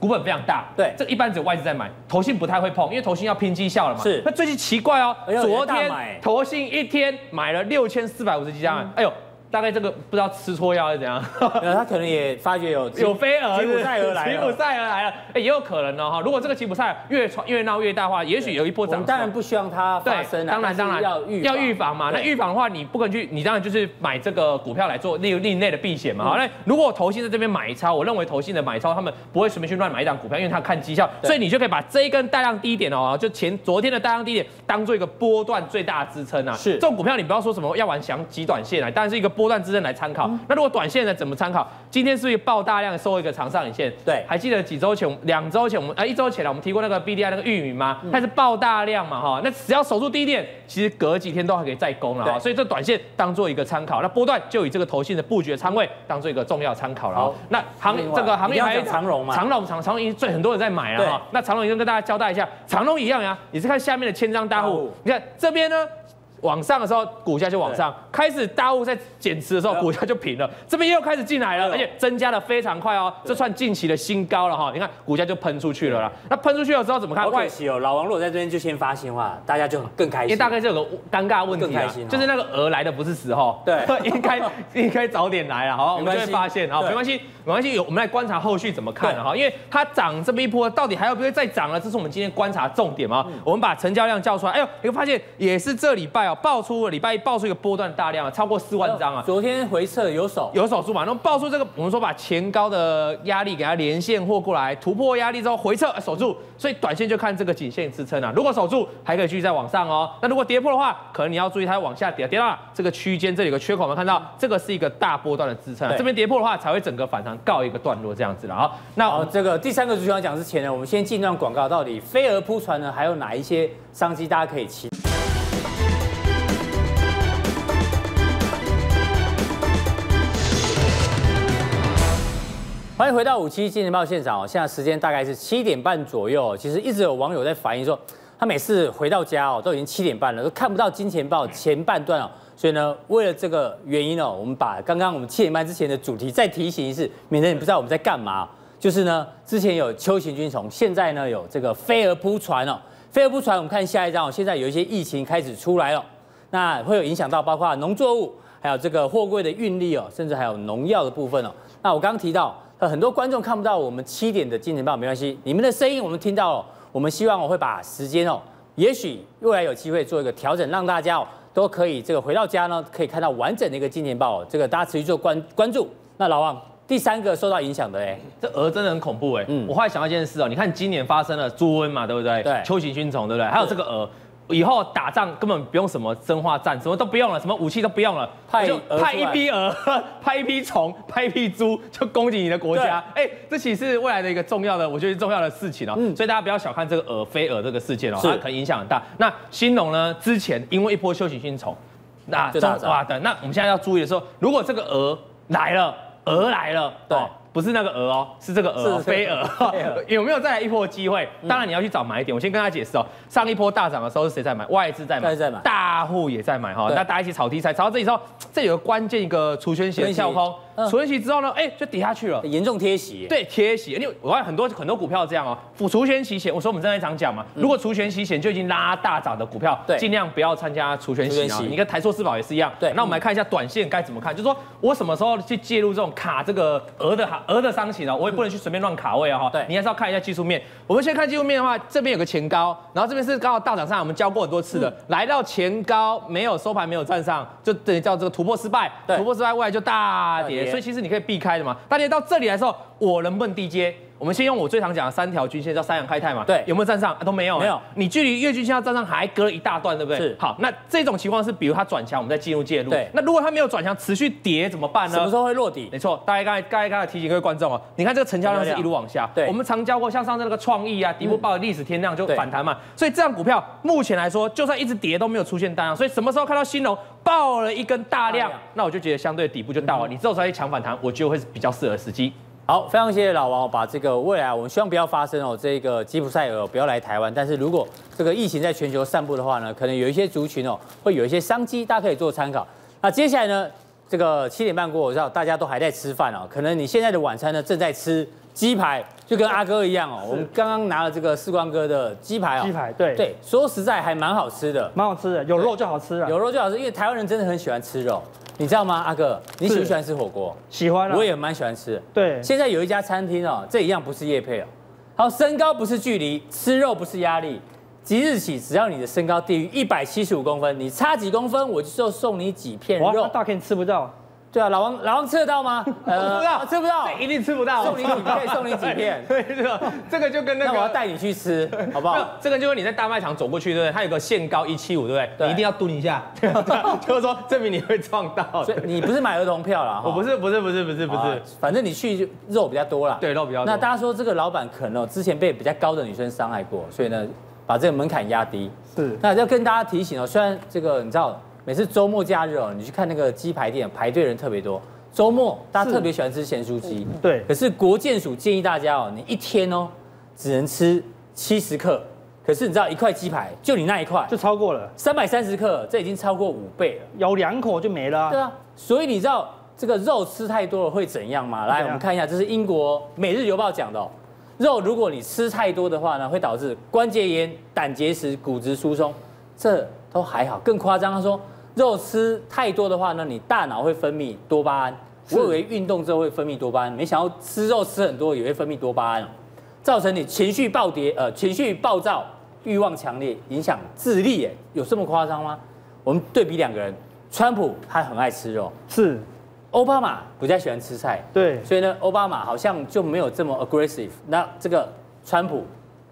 股本非常大，对这一般只有外资在买，投信不太会碰，因为投信要拼绩效了嘛。是那最近奇怪哦哎呦，昨有人天大买嗯投信一天买了六千四百五十几张，哎呦，大概这个不知道吃错药还 *laughs* 是怎样。呃，他可能也发觉有有飞蛾，吉普赛蛾来吉了普赛蛾来了，哎，也有可能哦哈。如果这个吉普赛蛾越传越闹越大的话，也许有一波我涨们势。当然不希望它发对，生啊，当然但当是然要预要预防嘛。那对预防的话，你不可能去，你当然就是买这个股票来做另另类的避险嘛。嗯好，那如果投信在这边买超，我认为投信的买超他们不会随便去乱买一档股票，因为他看绩效，对所以你就可以把这一根带量低点哦，就前昨天的带量低点当做一个波段最大的支撑啊。是这种股票你不要说什么要玩强极短线啊，当然是一个波段支撑来参考。嗯那如果短线呢，怎么参考？今天是不是爆大量收一个长上影线？对还记得几周前、我们两周前我们啊一周前了，我们提过那个 B D I 那个玉米吗？嗯它是爆大量嘛哈，那只要守住低点，其实隔几天都还可以再攻了哈。对所以这短线当做一个参考，那波段就以这个头信的布局的仓位当做一个重要参考了哈好。那行另外这个行一业定要还有一讲长荣嘛长隆长长隆已经最很多人在买了哈对。那长隆已经跟大家交代一下，长隆一样呀，你是看下面的千张大大户户，你看这边呢。往上的时候，股价就往上；开始大户在减持的时候，对啊股价就平了。这边又开始进来哎了，呦而且增加的非常快哦，这算近期的新高了哈。你看股价就喷出去了啦。那喷出去了之后怎么看好外可？惜哦，老王如果在这边就先发现的话，大家就更开因心。为大概是有个尴尬问题更开啊心哦，就是那个鹅来的不是时候，对 *laughs* *laughs* 应该应该早点来啊了，好不好，我没们关系就会发现，好，对没关系，没关系，有我们来观察后续怎么看了哈，因为它涨这么一波，到底还会不会再涨了？这是我们今天观察重点嗯嘛，我们把成交量叫出来，哎呦，你会发现也是这礼拜哦，爆出礼拜一爆出一个波段大量啊，超过四万张啊，昨天回撤有手，有手术嘛，然后爆出这个，我们说把前高的压力给它连线或过来，突破压力之后回撤呃守住，所以短线就看这个颈线支撑啊。如果守住，还可以继续再往上哦。那如果跌破的话，可能你要注意它往下跌，跌到哪这个区间这里有个缺口，我们看到这个是一个大波段的支撑啊、对这边跌破的话才会整个反弹告一个段落这样子了啊。那我好，们哦这个第三个足球要讲之前呢，我们先进一段广告。到底飞蛾扑船呢，还有哪一些商机大家可以期？欢迎回到五期金钱豹现场哦，现在时间大概是七点半左右哦。其实一直有网友在反映说，他每次回到家哦，都已经七点半了，都看不到金钱豹前半段哦。所以呢，为了这个原因哦，我们把刚刚我们七点半之前的主题再提醒一次，免得你不知道我们在干嘛哦。就是呢，之前有秋行军虫，现在呢有这个飞蛾扑船哦。飞蛾扑船，我们看下一张哦，现在有一些疫情开始出来哦了。那会有影响到包括农作物，还有这个货柜的运力哦，甚至还有农药的部分哦。那我刚刚提到，呃很多观众看不到我们七点的金钱报，没关系，你们的声音我们听到了。我们希望我会把时间哦，也许未来有机会做一个调整，让大家哦都可以这个回到家呢，可以看到完整的一个金钱报、哦。这个大家持续做关关注。那老王，第三个受到影响的哎，这鹅真的很恐怖哎、嗯我后来想到一件事哦、你看今年发生了猪瘟嘛，对不对？对秋行菌虫，对不对？还有这个鹅。以后打仗根本不用什么生化战，什么都不用了，什么武器都不用了，派就鹅出来派一批鹅， *laughs* 派一批虫，派一批猪，就攻击你的国家。哎、这其实是未来的一个重要的，我觉得是重要的事情哦、所以大家不要小看这个鹅飞鹅这个事件哦、嗯是它可能影响很大。那兴农呢，之前因为一波休息菌虫，那就中大涨哇的，那我们现在要注意的时候，如果这个鹅来了，鹅来了，对哦不是那个鹅哦，是这个鹅哦，是飞鹅飞蛾， *laughs* 嗯有没有再来一波机会？当然你要去找买点。我先跟大家解释哦，上一波大涨的时候是谁在买？外资在外买，资在买大户也在买哈。对那大家一起炒题材，炒到这里之后，这有个关键一个除权息的跳空除权息嗯，除权息之后呢，哎，就跌下去了。严重贴息耶。对，贴息，因为我看很多很多股票这样哦、除除权息险，我说我们正在常讲嘛，如果除权息险就已经拉大涨的股票，嗯对尽量不要参加除权除息权啊息。你跟台塑四宝也是一样，对那我们来看一下短线该怎么看，就是说我什么时候去介入这种卡这个鹅的鹅的商情呢、哦我也不能去随便乱卡位啊、哈。对你还是要看一下技术面。我们先看技术面的话，这边有个前高，然后这边是刚好大涨上来，我们教过很多次的，嗯来到前高没有收盘没有站上，就等于叫这个突破失败，对突破失败未来就大大跌跌，所以。其实你可以避开的嘛。大跌到这里来的时候，我能不能低接？我们先用我最常讲的三条均线，叫三阳开泰嘛。对有没有站上、啊都没有，没有你距离月均线要站上还隔了一大段，对不对？是好，那这种情况是，比如它转强，我们再进入介入。对那如果它没有转强，持续跌怎么办呢？什么时候会落底没？错，大家刚才刚才刚才提醒各位观众哦，你看这个成交量是一路往下，对我们常教过像上次那个创意啊、底部爆的历史天量就对反弹嘛，所以这样股票目前来说，就算一直跌都没有出现大啊量，所以什么时候看到新农爆了一根大大量量，嗯那我就觉得相对底部就到了，你之后再去抢反弹，我觉得会是比较适合的时机。好，非常谢谢老王哦，把这个未来我们希望不要发生哦，这个吉普赛鹅不要来台湾。但是如果这个疫情在全球散布的话呢，可能有一些族群哦，会有一些商机，大家可以做参考。那接下来呢，这个七点半过后，我知道大家都还在吃饭哦，可能你现在的晚餐呢正在吃鸡排，就跟阿哥一样哦。我们刚刚拿了这个士官哥的鸡排哦，鸡排对对，说实在还蛮好吃的，蛮好吃的，有肉就好吃了。有肉就好吃，因为台湾人真的很喜欢吃肉，你知道吗，阿哥？你喜不是喜欢吃火锅？喜欢了，我也蛮喜欢吃的。对现在有一家餐厅哦，这一样不是叶配哦。好，身高不是距离，吃肉不是压力。即日起，只要你的身高低于一百七十五公分，你差几公分，我就送你几片哇，肉那。大片吃不到，对啊，老王，老王吃得到吗？ *laughs* 呃，吃不到这，一定吃不到，送你几 *laughs*。片，送你几片对对对，这个就跟那那个我要带你去 *laughs* 吃，好不没有好？这个就是你在大卖场走过去，对不对？它有个限高一七五，对不对？对你一定要蹲 *laughs* 一下， *laughs* 就是说证明你会撞到。所以你不是买儿童票啦？哈哦哦我不是不是不是不是不啊是，反正你去就肉比较多啦。对肉比较多那大家说这个老板可能哦之前被比较高的女生伤害过，所以呢，把这个门槛压低。是那要跟大家提醒哦，虽然这个你知道，每次周末假日哦，你去看那个鸡排店排队人特别多，周末大家特别喜欢吃咸酥鸡。对可是国健署建议大家哦，你一天哦只能吃七十克，可是你知道一块鸡排就你那一块就。超过了，三百三十克，这已经超过五倍了。咬两口就没了啊、对啊，所以你知道这个肉吃太多了会怎样吗？来，对啊我们看一下，这是英国《每日邮报》讲的、哦，肉如果你吃太多的话呢，会导致关节炎、胆结石、骨质疏松，这都还好。更夸张，他说肉吃太多的话呢，你大脑会分泌多巴胺。我以为运动之后会分泌多巴胺，没想到吃肉吃很多也会分泌多巴胺哦，造成你情绪暴跌，呃，情绪暴躁，欲望强烈，影响智力。哎，有这么夸张吗？我们对比两个人，川普他很爱吃肉，是，奥巴马比较喜欢吃菜，对，所以呢，奥巴马好像就没有这么 aggressive。那这个川普，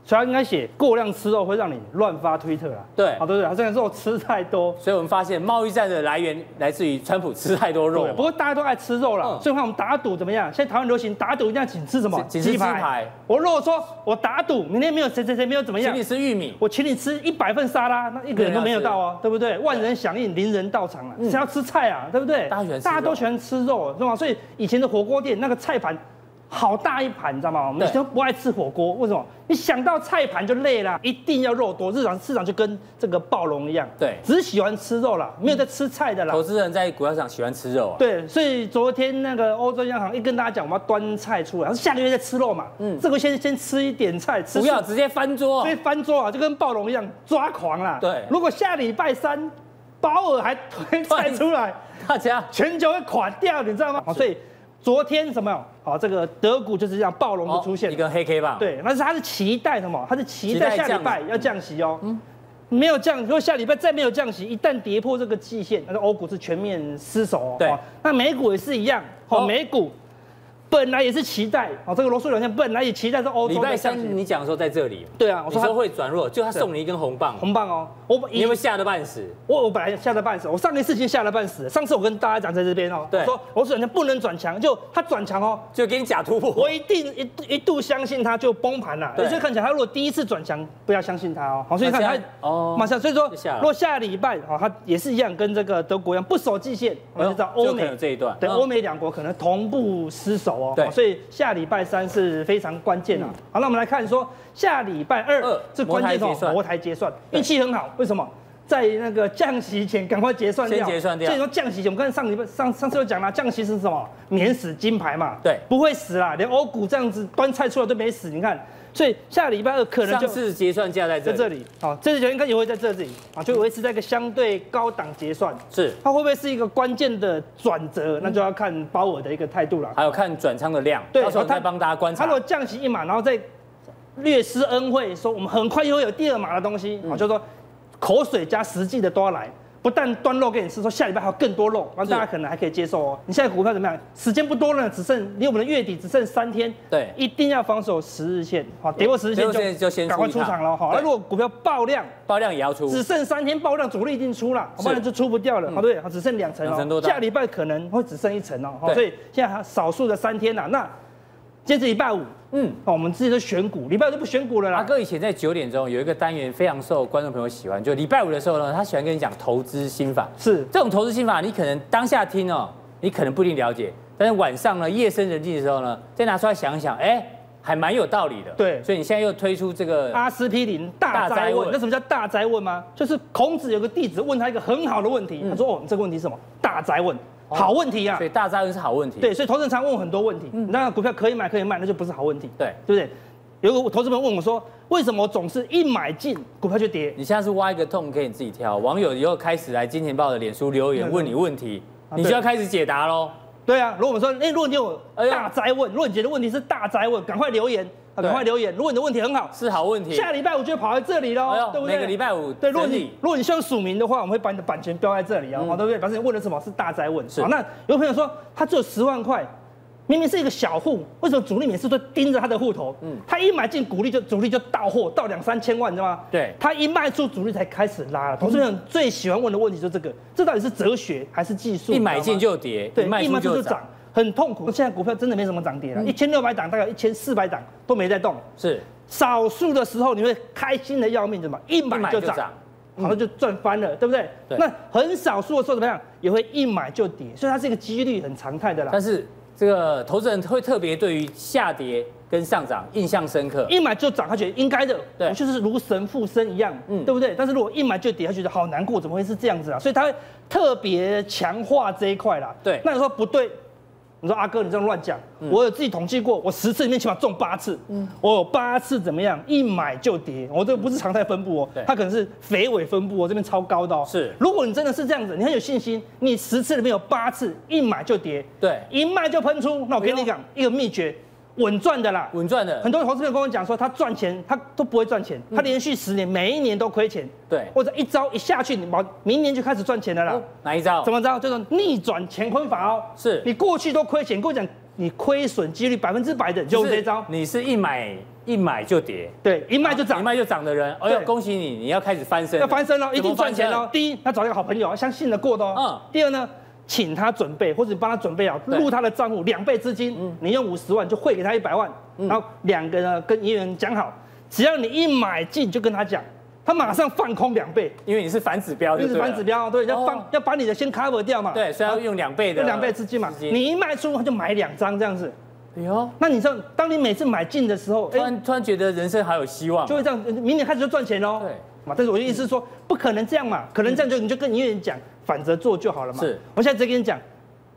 所以他应该写过量吃肉会让你乱发推特啊。对好对对，他这个肉吃太多。所以我们发现贸易战的来源来自于川普吃太多肉啊对，不过大家都爱吃肉啦，嗯所以看我们打赌怎么样？现在台湾流行打赌，一定要请吃什么？请请吃鸡排。我如果说我打赌明天没有谁谁谁没有怎么请样你，吃玉米，我请你吃一百份沙拉，那一个人都没有到啊哦，对不对？万人响应，零人到场啊，谁要吃菜啊？对不对？嗯大家喜欢吃肉大家都喜欢吃肉，是吗？所以以前的火锅店那个菜盘。好大一盘，你知道吗？我们对以前都不爱吃火锅，为什么？你想到菜盘就累了，一定要肉多。日常市场就跟这个暴龙一样，对嗯只喜欢吃肉啦，没有在吃菜的啦投。资人在股票市场喜欢吃肉啊。对，所以昨天那个欧洲央行一跟大家讲，我们要端菜出来，下个月再吃肉嘛。嗯，这个先先吃一点菜，吃不要直接翻桌哦所以，翻桌啊，就跟暴龙一样抓狂啦。对如果下礼拜三鲍尔还推菜出来，大家全球会垮掉，你知道吗？好所以昨天什么呀？好，这个德股就是这样暴龙的出现。哦一个黑 K 棒，，对，哦那是他是期待什么？他是期待期待下礼拜降息要降息哦。没有降，如果下礼拜再没有降息，一旦跌破这个季线，那欧股是全面失守哦。对哦那美股也是一样，哦哦，美股本来也是期待，哦，这个罗素两千本来也期待是欧洲礼在拜降息三你讲说在这里，对啊，我你说他说会转弱，就他送你一根红棒，红棒哦，我你有没有吓得半死？我我本来吓得半死，我上一次已经吓得半死了。上次我跟大家讲在这边哦，对我说我转强不能转强，就它转强哦，就给你假突破我，一定一度一度相信它就崩盘了。对所以看起来它如果第一次转强，不要相信它哦。好，所以看那它现在哦马上所以说就下了如果下礼拜哦，它也是一样跟这个德国一样不守季线，我们就知道哎就欧可能美有这一段对嗯欧美两国可能同步失守哦。对嗯好所以下礼拜三是非常关键啊。好，那我们来看说下礼拜二二是关摩台键结哦，算摩台结算运气很好，为什么？在那个降息前赶快结算掉，先结算掉所以说降息前，我们看上礼拜上上次有讲了，降息是什么？免死金牌嘛。对不会死啦，连欧股这样子端菜出来都没死，你看，所以下礼拜二可能上就次结算价在这在里这里，好，这次就应该也会在这里啊，就维持在一个相对高档结算，是，它会不会是一个关键的转折？那就要看鲍尔的一个态度了。还有看转仓的量，对到时候我们他再帮大家观察他如。果降息一码，然后再略施嗯恩惠，说我们很快又会有第二码的东西，啊，就是说口水加实际的都要来。不但端肉给你吃，说下礼拜还有更多肉，然后大家可能还可以接受哦。你现在股票怎么样？时间不多了，只剩离我们的月底只剩三天，对一定要防守十日线，好，跌破十日跌破10日线线就先赶快出出一趟场了，好。对那如果股票爆量，爆量也要出，只剩三天爆量，主力一定出了，是嗯不然就出不掉了。好，对，好，只剩两层两层多哦。大下礼拜可能会只剩一层哦。好对所以现在还少数的三天呐，啊那今天是礼拜五，嗯嗯，哦，我们自己都选股，礼拜五就不选股了阿啦。哥以前在九点钟有一个单元非常受观众朋友喜欢，就礼拜五的时候呢，他喜欢跟你讲投资心法。是这种投资心法，你可能当下听哦，你可能不一定了解，但是晚上呢，夜深人静的时候呢，再拿出来想一想，哎，还蛮有道理的。对啊所以你现在又推出这个阿司匹林大大灾灾问问，那什么叫大灾问吗？就是孔子有个弟子问他一个很好的问题，他说：“哦，你这个问题是什么？大灾问，好问题嗯啊哦所以。大家问是好问题。对，所以投资人常问我很多问题，那股票可以买可以卖，那就不是好问题，对对不对？有个投资朋友问我说，为什么我总是一买进股票就跌？你下次挖一个洞给你自己挑，网友以后开始来金钱豹的脸书留言对问你问题，啊你就要开始解答喽。对啊，如果我们说，哎、如果你有哎呀大灾问，如果你觉得问题是大灾问，赶快留言，啊对赶快留言。如果你的问题很好，是好问题。下礼拜我就会跑到这里喽，嗯哎呦对不对？每个礼拜五对，如果整你理如果你希望署名的话，我们会把你的版权标在这里啊，好、对不对？反正你问了什么是大灾问。嗯是好，那有朋友说他只有十万块。明明是一个小户，为什么主力每次都盯着他的户头？嗯，他一买进主力就主力就到货，到两三千万，你知道吗？对嗯他一卖出主力才开始拉了。投资人最喜欢问的问题就是这个，这到底是哲学还是技术？一你知道买吗进就跌，对，卖一出卖出就就涨嗯涨，，很痛苦。现在股票真的没什么涨跌了，一千六百档大概一千四百档都没在动，是少数的时候你会开心的要命，怎么一一买买就就涨嗯涨？。好像就赚翻了，对不对？对那很少数的时候怎么样，也会一买就跌，所以它是一个几率很常态的啦但。是这个投资人会特别对于下跌跟上涨印象深刻。一买就涨，他觉得应该的，对我就是如神附身一样，嗯对不对？但是如果一买就跌，他觉得好难过，怎么会是这样子啊？所以他会特别强化这一块啦。对嗯那你说不对？你说阿哥，你这样乱讲，我有自己统计过，我十次里面起码中八次，我有八次怎么样？一买就跌，我这个不是常态分布哦对，它可能是肥尾分布哦，这边超高的哦。是如果你真的是这样子，你很有信心，你十次里面有八次一买就跌，对一卖就喷出，那我跟你讲一个秘诀，稳赚的啦，稳赚的很多投资朋友跟我讲说，他赚钱他都不会赚钱，他连续十年每一年都亏钱。嗯对或者一招一下去，你毛明年就开始赚钱了啦。哦哪一招？怎么着？就是逆转乾坤法哦。是你过去都亏钱，跟我讲你亏损几率百分之百的，你就用这一招就是。你是一买一买就跌，对，一卖就一涨，卖就涨的人，哎呦，对恭喜你，你要开始翻身了，要翻身喽，一怎么定赚翻身钱喽。第一，他找一个好朋友，相信得过的哦。嗯第二呢，请他准备，或者你帮他准备好，对嗯入他的账户两倍资金，你用五十万就汇给他一百万，然后两个呢跟营业员讲好，只要你一买进就跟他讲，他马上放空两倍，因为你是反指标，就是反指，标，对，要哦放要把你的先 cover 掉嘛。对，所以要用两倍的，就两倍资金嘛，你一卖出他就买两张这样子。哎呦，那你知道，当你每次买进的时候，突哎、然突然觉得人生好有希望，啊就会这样，明年开始就赚钱喽。对嘛，但是我的意思是说，不可能这样嘛，可能这样就你就跟营业员讲，反着做就好了嘛。是，我现在直接跟你讲，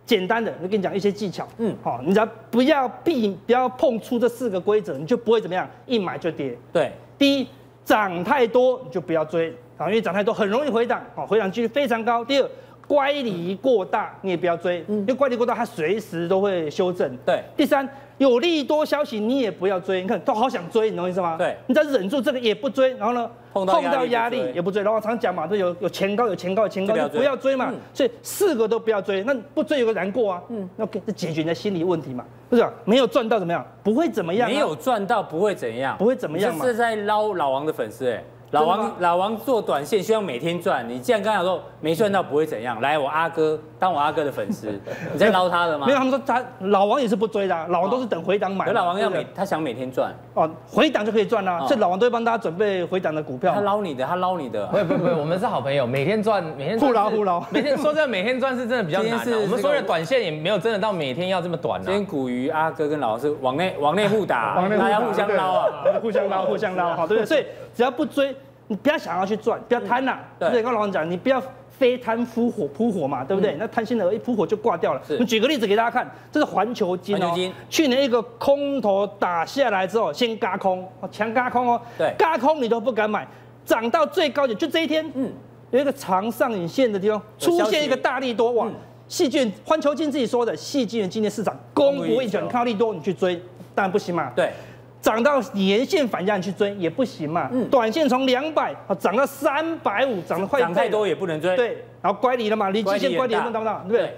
简单的，我就跟你讲一些技巧。嗯嗯，好，你只要不要避，不要碰触这四个规则，你就不会怎么样，一买就跌。对，第一，涨太多你就不要追啊，因为涨太多很容易回档，哦，回档几率非常高。第二，乖离过大你也不要追，因为乖离过大它随时都会修正。嗯对第三，有利多消息你也不要追，你看都好想追，你懂我意思吗？对你只要忍住这个也不追，然后呢，碰到压力不追也不追，然后我常讲嘛，就有有前高有前高有前高就不要追嗯就不要追嘛，所以四个都不要追，那不追有个难过啊，嗯，那给这解决你的心理问题嘛，是不是啊？没有赚到怎么样？不会怎么样啊，没有赚到不会怎样，不会怎么样你嘛这是在捞老王的粉丝哎。老真的吗王，老王做短线，希望每天赚。你既然刚才说没赚到不会怎样，来我阿哥当我阿哥的粉 *laughs* 丝，你在捞他的吗？没有，他们说他老王也是不追的啊、老王都是等回档买啊哦嘛。可老王要对每不对他想每天赚，哦，回档就可以赚啦、哦所以老王都会帮大家准备回档的股票他。捞你的，他捞你的不。会不会不会，我们是好朋友，每天 *laughs* 赚每天赚互捞是互捞每天说真的每天赚是真的比较难、啊今天。是我们说的短线也没有真的到每天要这么短今天啊。古鱼阿哥跟老王是往内往内互打， *laughs* 往内互大家打互相捞啊。互相捞，互相捞，好，对不对？所以只要不追，你不要想要去赚，不要贪呐、嗯对对不对？跟老王讲，你不要非贪扑火扑火嘛，对不对？那贪心的一扑火就挂掉了。嗯是我们举个例子给大家看，这是环球金哦，环球金去年一个空头打下来之后，先嘎空，哦强嘎空哦，对嘎空你都不敢买，涨到最高点就这一天，嗯嗯，有一个长上影线的地方有消息嗯出现一个大力多，哇！细菌，环球金自己说的，细菌今年市场供不应供求，不应求你看到利多你去追，当然不行嘛。对，涨到年线反压你去追也不行嘛。嗯短线从两百啊涨到三百五，涨得快一倍涨太多也不能追。，对，然后乖离了嘛，离极限乖离乖离很大碰到不到，对不对对？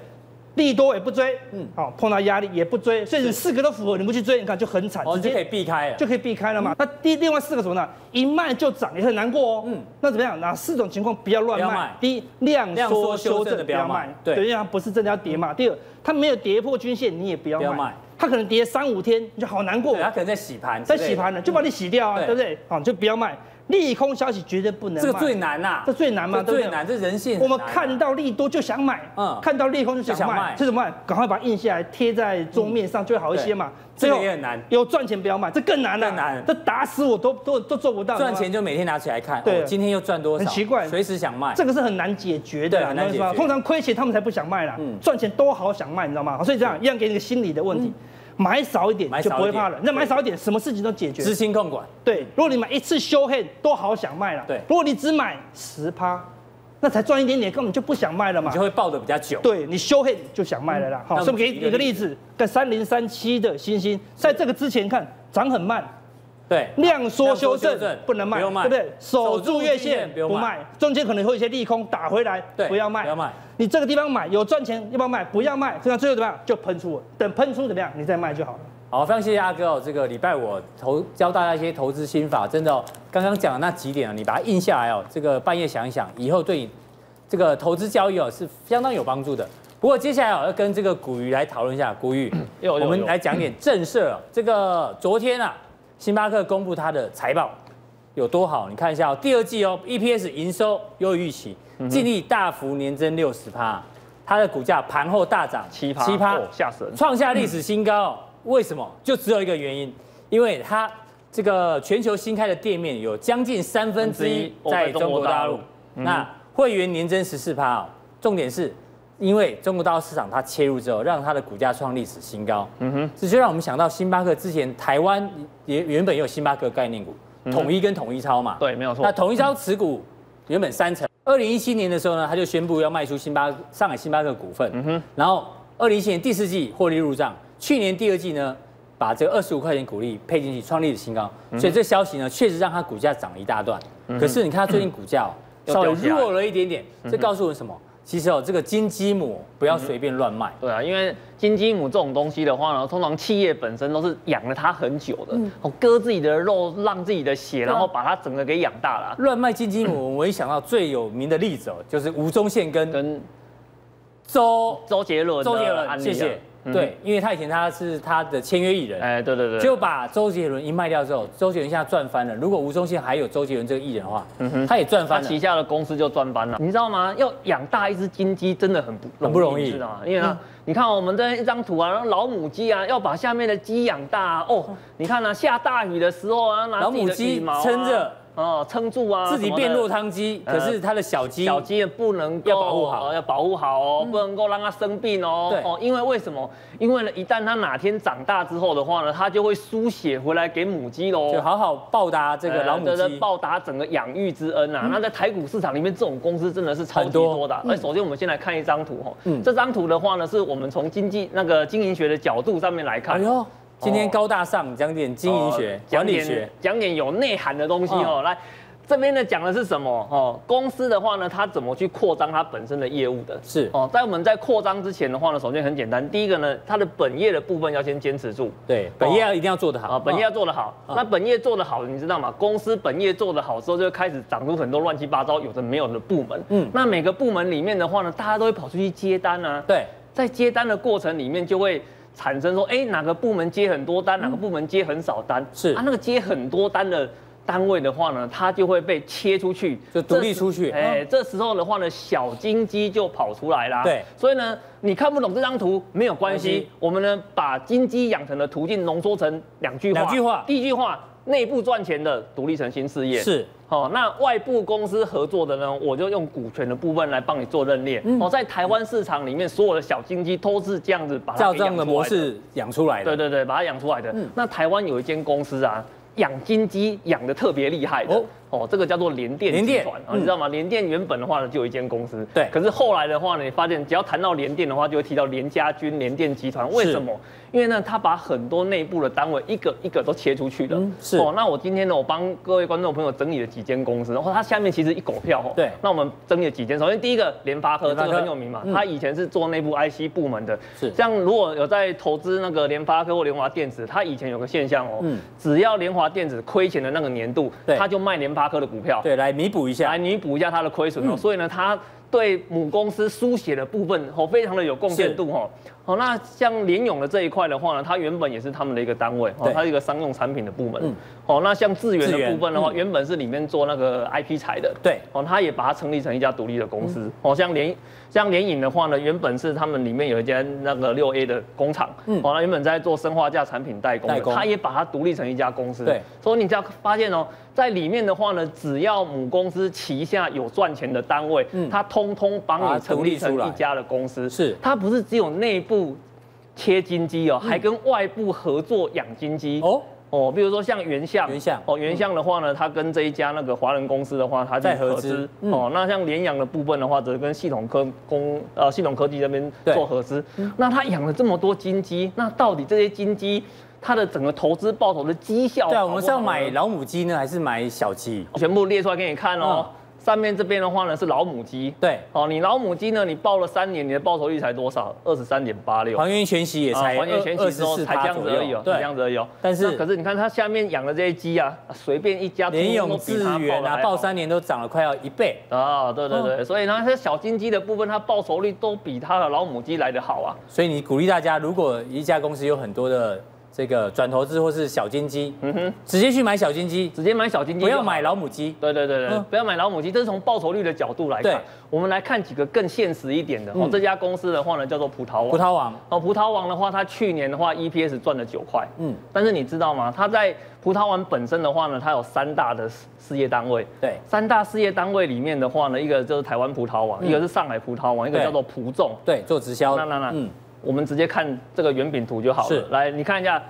利多也不追，嗯嗯，好碰到压力也不追，所以你四个都符合，你不去追，你看就很惨，哦，直就可以嗯接避开了。就可以避开了嘛。那第另外四个什么呢？一卖就涨也很难过哦。嗯嗯，那怎么样？哪四种情况不要乱不要卖卖？第一，量量缩缩修修正的不正不要要卖卖，对嗯对，因为它不是真的要跌嘛。第二，它没有跌破均线，你也不要不要卖卖。它可能跌三五天，你就好难过对，，他可能在洗盘，在洗盘，了就把你洗掉啊，对对不对？好，你就不要卖。利空消息绝对不能这个卖最难呐，这最难嘛这对不对最难，这人性很我难啊。们看到利多就想买，嗯看到利空就就想想卖卖，这怎么办？赶快把它印下来贴在桌面上就会好一些嘛。嗯对最后这个也很难有赚钱不要卖，这更难了、啊更难这打死我都都都做不到。赚钱就每天拿起来看，对哦今天又赚多少，很奇怪随时想卖。这个是很难解决的对啦，很难你知道吗解决通常亏钱他们才不想卖啦嗯，赚、钱都好想卖，你知道吗？所以这样一样给你一个心理的问题。买少一点买少就一点不会怕了，那买少一点，什么事情都解决。知心控管，对，如果你买一次修 h 都好想卖了。对如果你只买十趴，那才赚一点点，根本就不想卖了嘛你就。会抱得比较久。对你修黑就想卖了啦。好，那我们所以我们给举一你个一个例例子，跟三零三七的星星，在这个之前看涨很慢，对，量缩修量缩修正正不能卖，不用卖对不对？守守住住月月线线不用不卖卖，中间可能会有一些利空打回来对，不要卖，不要卖。你这个地方买有赚钱要不要卖？不要卖，这样最后怎么样？就喷出了，等喷出怎么样你再卖就好了。好，非常谢谢阿哥哦。这个礼拜我投教大家一些投资心法，真的、哦，刚刚讲的那几点啊，你把它印下来哦。这个半夜想一想，以后对你这个投资交易哦是相当有帮助的。不过接下来哦要跟这个古鱼来讨论一下，古鱼， *clears throat* 有有我们有来讲点正事儿哦。这个昨天啊，星巴克公布它的财报有多好，你看一下哦，第二季哦，EPS 营收优于预期，净利大幅年增六十趴，它的股价盘后大涨奇葩，七趴哦，吓死人！创下历史新高。为什么？就只有一个原因，因为它这个全球新开的店面有将近三分之一哦在中国大陆，那会员年增十四趴哦。重点是，因为中国大陆市场它切入之后，让它的股价创历史新高。嗯哼，这就让我们想到星巴克之前台湾也原本也有星巴克概念股，统一跟统一超嘛。对，没有错那。统一超持股原本三成，二零一七年的时候呢，他就宣布要卖出星巴上海星巴克股嗯份，然后二零一七年第四季获利入账，去年第二季呢，把这个二十五块钱股利配进去，创历史新高，嗯所以这消息呢，确实让它股价涨了一大段。可是你看它最近股价哦，嗯又稍微掉下来嗯弱了一点点，这告诉我们什么？其实哦，这个金鸡母不要随便乱卖。对啊，因为金鸡母这种东西的话呢，通常企业本身都是养了它很久的，嗯哦，割自己的肉，让自己的啊血，然后把它整个给养大了。乱卖金鸡母，我一想到最有名的例子哦，就是吴宗宪跟跟周周杰伦的周杰案伦，例啊谢谢。嗯对，因为他以前他是他的签约艺人，哎，对对对，就把周杰伦一卖掉之后，周杰伦现在赚翻了。如果吴宗宪还有周杰伦这个艺人的话，他也赚嗯他翻了旗。下的公司就赚翻了，你知道吗？要养大一只金鸡真的很不很不容易嗯你知道吗？因为啊，你看我们这一张图啊，然后老母鸡啊，要把下面的鸡养大啊哦。你看啊，下大雨的时候啊，拿嗯老自己母的鸡羽毛啊撑着，哦，撑住啊，自己什么的变落汤鸡，可呃是他的小鸡，小鸡也不能够要保护好嗯哦要保护好哦，不能够让它生病哦。对哦，因为为什么？因为呢，一旦它哪天长大之后的话呢，它就会输血回来给母鸡喽。就好好报答这个呃老母这是鸡。嗯报答整个养育之恩啊。那在台股市场里面，这种公司真的是超很级多多的啊。那首先我们先来看一张图哈嗯，这张图的话呢，是我们从经济那个经营学的角度上面来看哎。呦，今天高大上讲点经营学哦、管讲理学嗯点，讲点有内涵的东西哦。来，这边呢讲的是什么？哦，公司的话呢，它怎么去扩张它本身的业务的？是哦，在我们在扩张之前的话呢，首先很简单，第一个呢，它的本业的部分要先坚持住。对，本业要一定要做得好。啊，本业要哦做得好，啊那本业做得好，你知道吗？公司本业做得好之后，就会开始长出很多乱七八糟、有的没有的部门。嗯嗯，那每个部门里面的话呢，大家都会跑出去接单啊。对，在接单的过程里面，就会产生说，哎、哪个部门接很多单，哪个部门接很少单，是啊，那个接很多单的单位的话呢，它就会被切出去，就独立出去这时哎、这时候的话呢，小金鸡就跑出来啦。对所以呢，你看不懂这张图没有关没关系系，我们呢把金鸡养成的途径浓缩成两句话，两句话第一句话。内部赚钱的独立成新事业是哦，那外部公司合作的呢，我就用股权的部分来帮你做认列。嗯哦，在台湾市场里面，所有的小经济都是这样子把它照给这样的养出模来式养出来的。嗯对对对，把它养出来的。那台湾有一间公司啊，养金鸡养的特别厉害的哦哦，哦，这个叫做联电联集电嗯团，啊你知道吗？联电原本的话呢，就有一间公司，对可是后来的话呢，你发现只要谈到联电的话，就会提到联家军、联电集团，为是什么？因为呢，他把很多内部的单位一个一个都切出去了。嗯是哦，那我今天呢，我帮各位观众朋友整理了几间公司，然后它下面其实一狗票哦。对那我们整理了几间，首先第一个联发科，联这发科嗯个很有名嘛，它以前是做内部 IC 部门的。是像如果有在投资那个联发科或联华电子，它以前有个现象哦，嗯只要联华电子亏钱的那个年度，对它就卖联发科的股票。对，来弥补一下来。弥补一下它的亏损哦。嗯所以呢，它对母公司输血的部分哦，非常的有贡献度哦。好，那像联勇的这一块的话呢，它原本也是他们的一个单位哦对，它是一个商用产品的部门嗯。哦，那像智源智源的部分的话，嗯原本是里面做那个 IP 材的。对哦，它也把它成立成一家独立的公嗯司。哦，像联像联影的话呢，原本是他们里面有一间那个六 A 的工厂。嗯嗯。哦，那原本在做生化价产品代工代的，工它也把它独立成一家公司。对所以你只要发现哦，在里面的话呢，只要母公司旗下有赚钱的单位，嗯它通通帮把它独你成立立出来成一家的公司。是嗯它不是只有内部切金鸡哦，还跟外部合作养金鸡哦。哦，哦，比如说像原相，原相哦，原相的话呢，它跟这一家那个华人公司的话，它在在合合资资嗯哦。那像联阳的部分的话，则跟系统科工呃系统科技那边对嗯做合资。那它养了这么多金鸡，那到底这些金鸡它的整个投资报酬的绩效好对哦啊，不好哦呢？我们是要买老母鸡呢，还是买小鸡？全部列出来给你看哦。嗯上面这边的话呢是老母鸡，对哦，你老母鸡呢，你报了三年，你的报酬率才多少？二十三点八六。还原全息也啊才还原全息之后24%才这样子而已哦，才左这右样子而已哦。但是那可是你看它下面养的这些鸡啊，随便一家对，联通永通都致比它远得啊，还报好三年嗯都涨了快要一倍。啊，对对对，所以呢，这小金鸡的部分，它报酬率都比它的老母鸡来得好啊。所以你鼓励大家，如果一家公司有很多的这个转投资或是小金鸡，嗯哼，直接去买小金鸡，直接买小金鸡，不要买。老母鸡。对对对对，嗯不要买老母鸡，这是从报酬率的角度来对看。我们来看几个更现实一点的。哦嗯，这家公司的话呢，叫做葡萄王。葡萄王哦，葡萄王的话，它去年的话 EPS 赚了九块，嗯嗯，但是你知道吗？它在葡萄王本身的话呢，它有三大的事事业单位，对三大事业单位里面的话呢，一个就是台湾葡萄王，一个是上海葡萄王，一个嗯对叫做葡众。对做直销，那那那，嗯，我们直接看这个圆饼图就好是了。来，你看一下，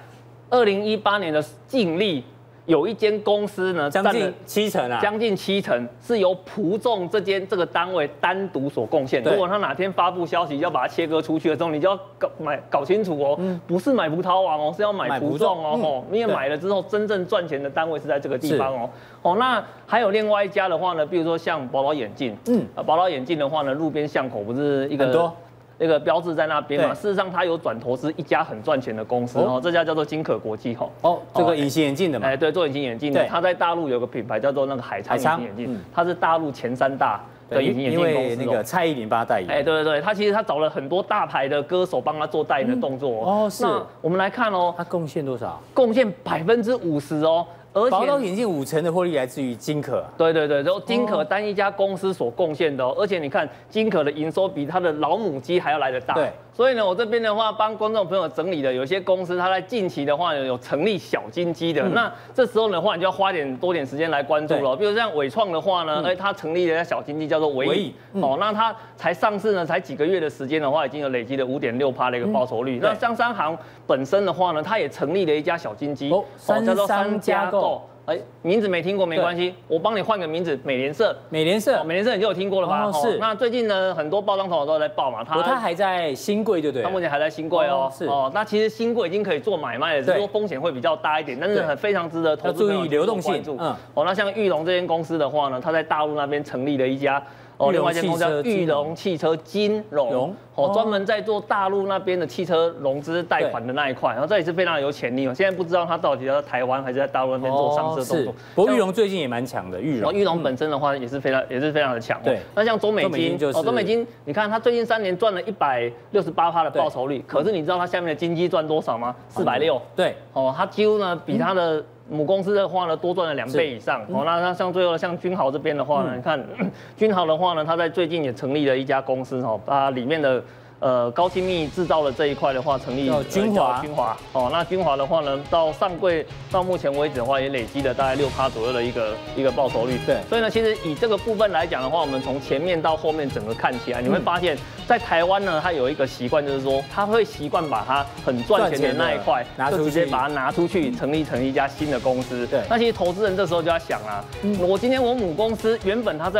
二零一八年的净利，有一间公司呢，将占了近七成啊，将近七成是由葡众这间这个单位单独所贡献的。对如果他哪天发布消息要把它切割出去的时候，你就要搞买搞清楚哦，不是买葡萄王哦，是要买嗯买葡葡众众哦，嗯哦因为对买了之后真正赚钱的单位是在这个地方哦。哦，那还有另外一家的话呢，比如说像宝岛眼镜，嗯嗯，宝岛眼镜的话呢，路边巷口不是一个很多。那个标志在那边嘛，对事实上它有转投资一家很赚钱的公司哦哦，这家叫做金可国际哦。哦，这个哦隐形眼镜的嘛哎，，对，做隐形眼镜对的，它在大陆有个品牌叫做那个海昌海隐形昌眼镜嗯，它是大陆前三大的隐形眼因镜为公那司个哦。蔡依林帮他代言，哎，对对对，它其实它找了很多大牌的歌手帮他做代言的动作嗯哦。哦是那我们来看哦，他贡献多少？贡献百分之五十哦，而宝岛且。眼镜五成的获利来自于金可啊，对对对，然后金可单一家公司所贡献的、哦，而且你看金可的营收比它的老母鸡还要来得大。对，所以呢，我这边的话帮观众朋友整理的，有些公司它在近期的话有成立小金鸡嗯的，那这时候的话你就要花点多点时间来关注了。比如像伟创的话嗯呢，哎、它成立了一家小金鸡叫做伟伟影影，哦，那它才上市呢，才几个月的时间的话，已经有累积了五点六趴的一个报酬率。嗯对那香商行本身的话呢，它也成立了一家小金鸡，哦叫做三商三加加购购。哎，名字没听过没对关系，我帮你换个名字，美联社。美联社哦，美联社你就有听过了吧？哦哦是那最近呢，很多报章头都在报嘛，哦，他它还在新贵，对不对了？它目前还在新贵哦哦。是哦，那其实新贵已经可以做买卖了，只对是说风险会比较大一点，但是对很非常值得投资要朋注意友去流动性关注嗯哦，那像玉龙这间公司的话呢，它在大陆那边成立了一家。玉龙哦，另外一间公司汽车叫金融玉龙汽车金融融，哦哦，专门在做大陆那边的汽车融资贷款的那一块，然后这也是非常有潜力哦。现在不知道它到底要在台湾还是在大陆那边做上市的动哦是作。，不过玉龙最近也蛮强的，玉然后龙玉哦龙本身的话也是非常也是非常的强、哦。嗯对那像中美中美金金就是哦，中美金，你看它最近三年赚了一百六十八趴的对啊报酬率，可是你知道它下面的金鸡赚多少吗？四百六。对，哦，它几乎呢比它的母公司的话呢多赚了两倍以上。嗯哦，那那像最后像君豪这边的话呢，你看君豪的话呢，他在最近也成立了一家公司哦，把里面的。呃高精密制造的这一块的话，成立叫呃君华叫君华哦，那君华的话呢，到上柜到目前为止的话，也累积了大概六趴左右的一个一个报酬率。对所以呢，其实以这个部分来讲的话，我们从前面到后面整个看起来，嗯你会发现在台湾呢，它有一个习惯，就是说他会习惯把它很赚钱的那一块赚钱的拿，出就直接去把它拿出去，成立成一家新的公司。对那其实投资人这时候就要想啊，我今天我母公司原本它在。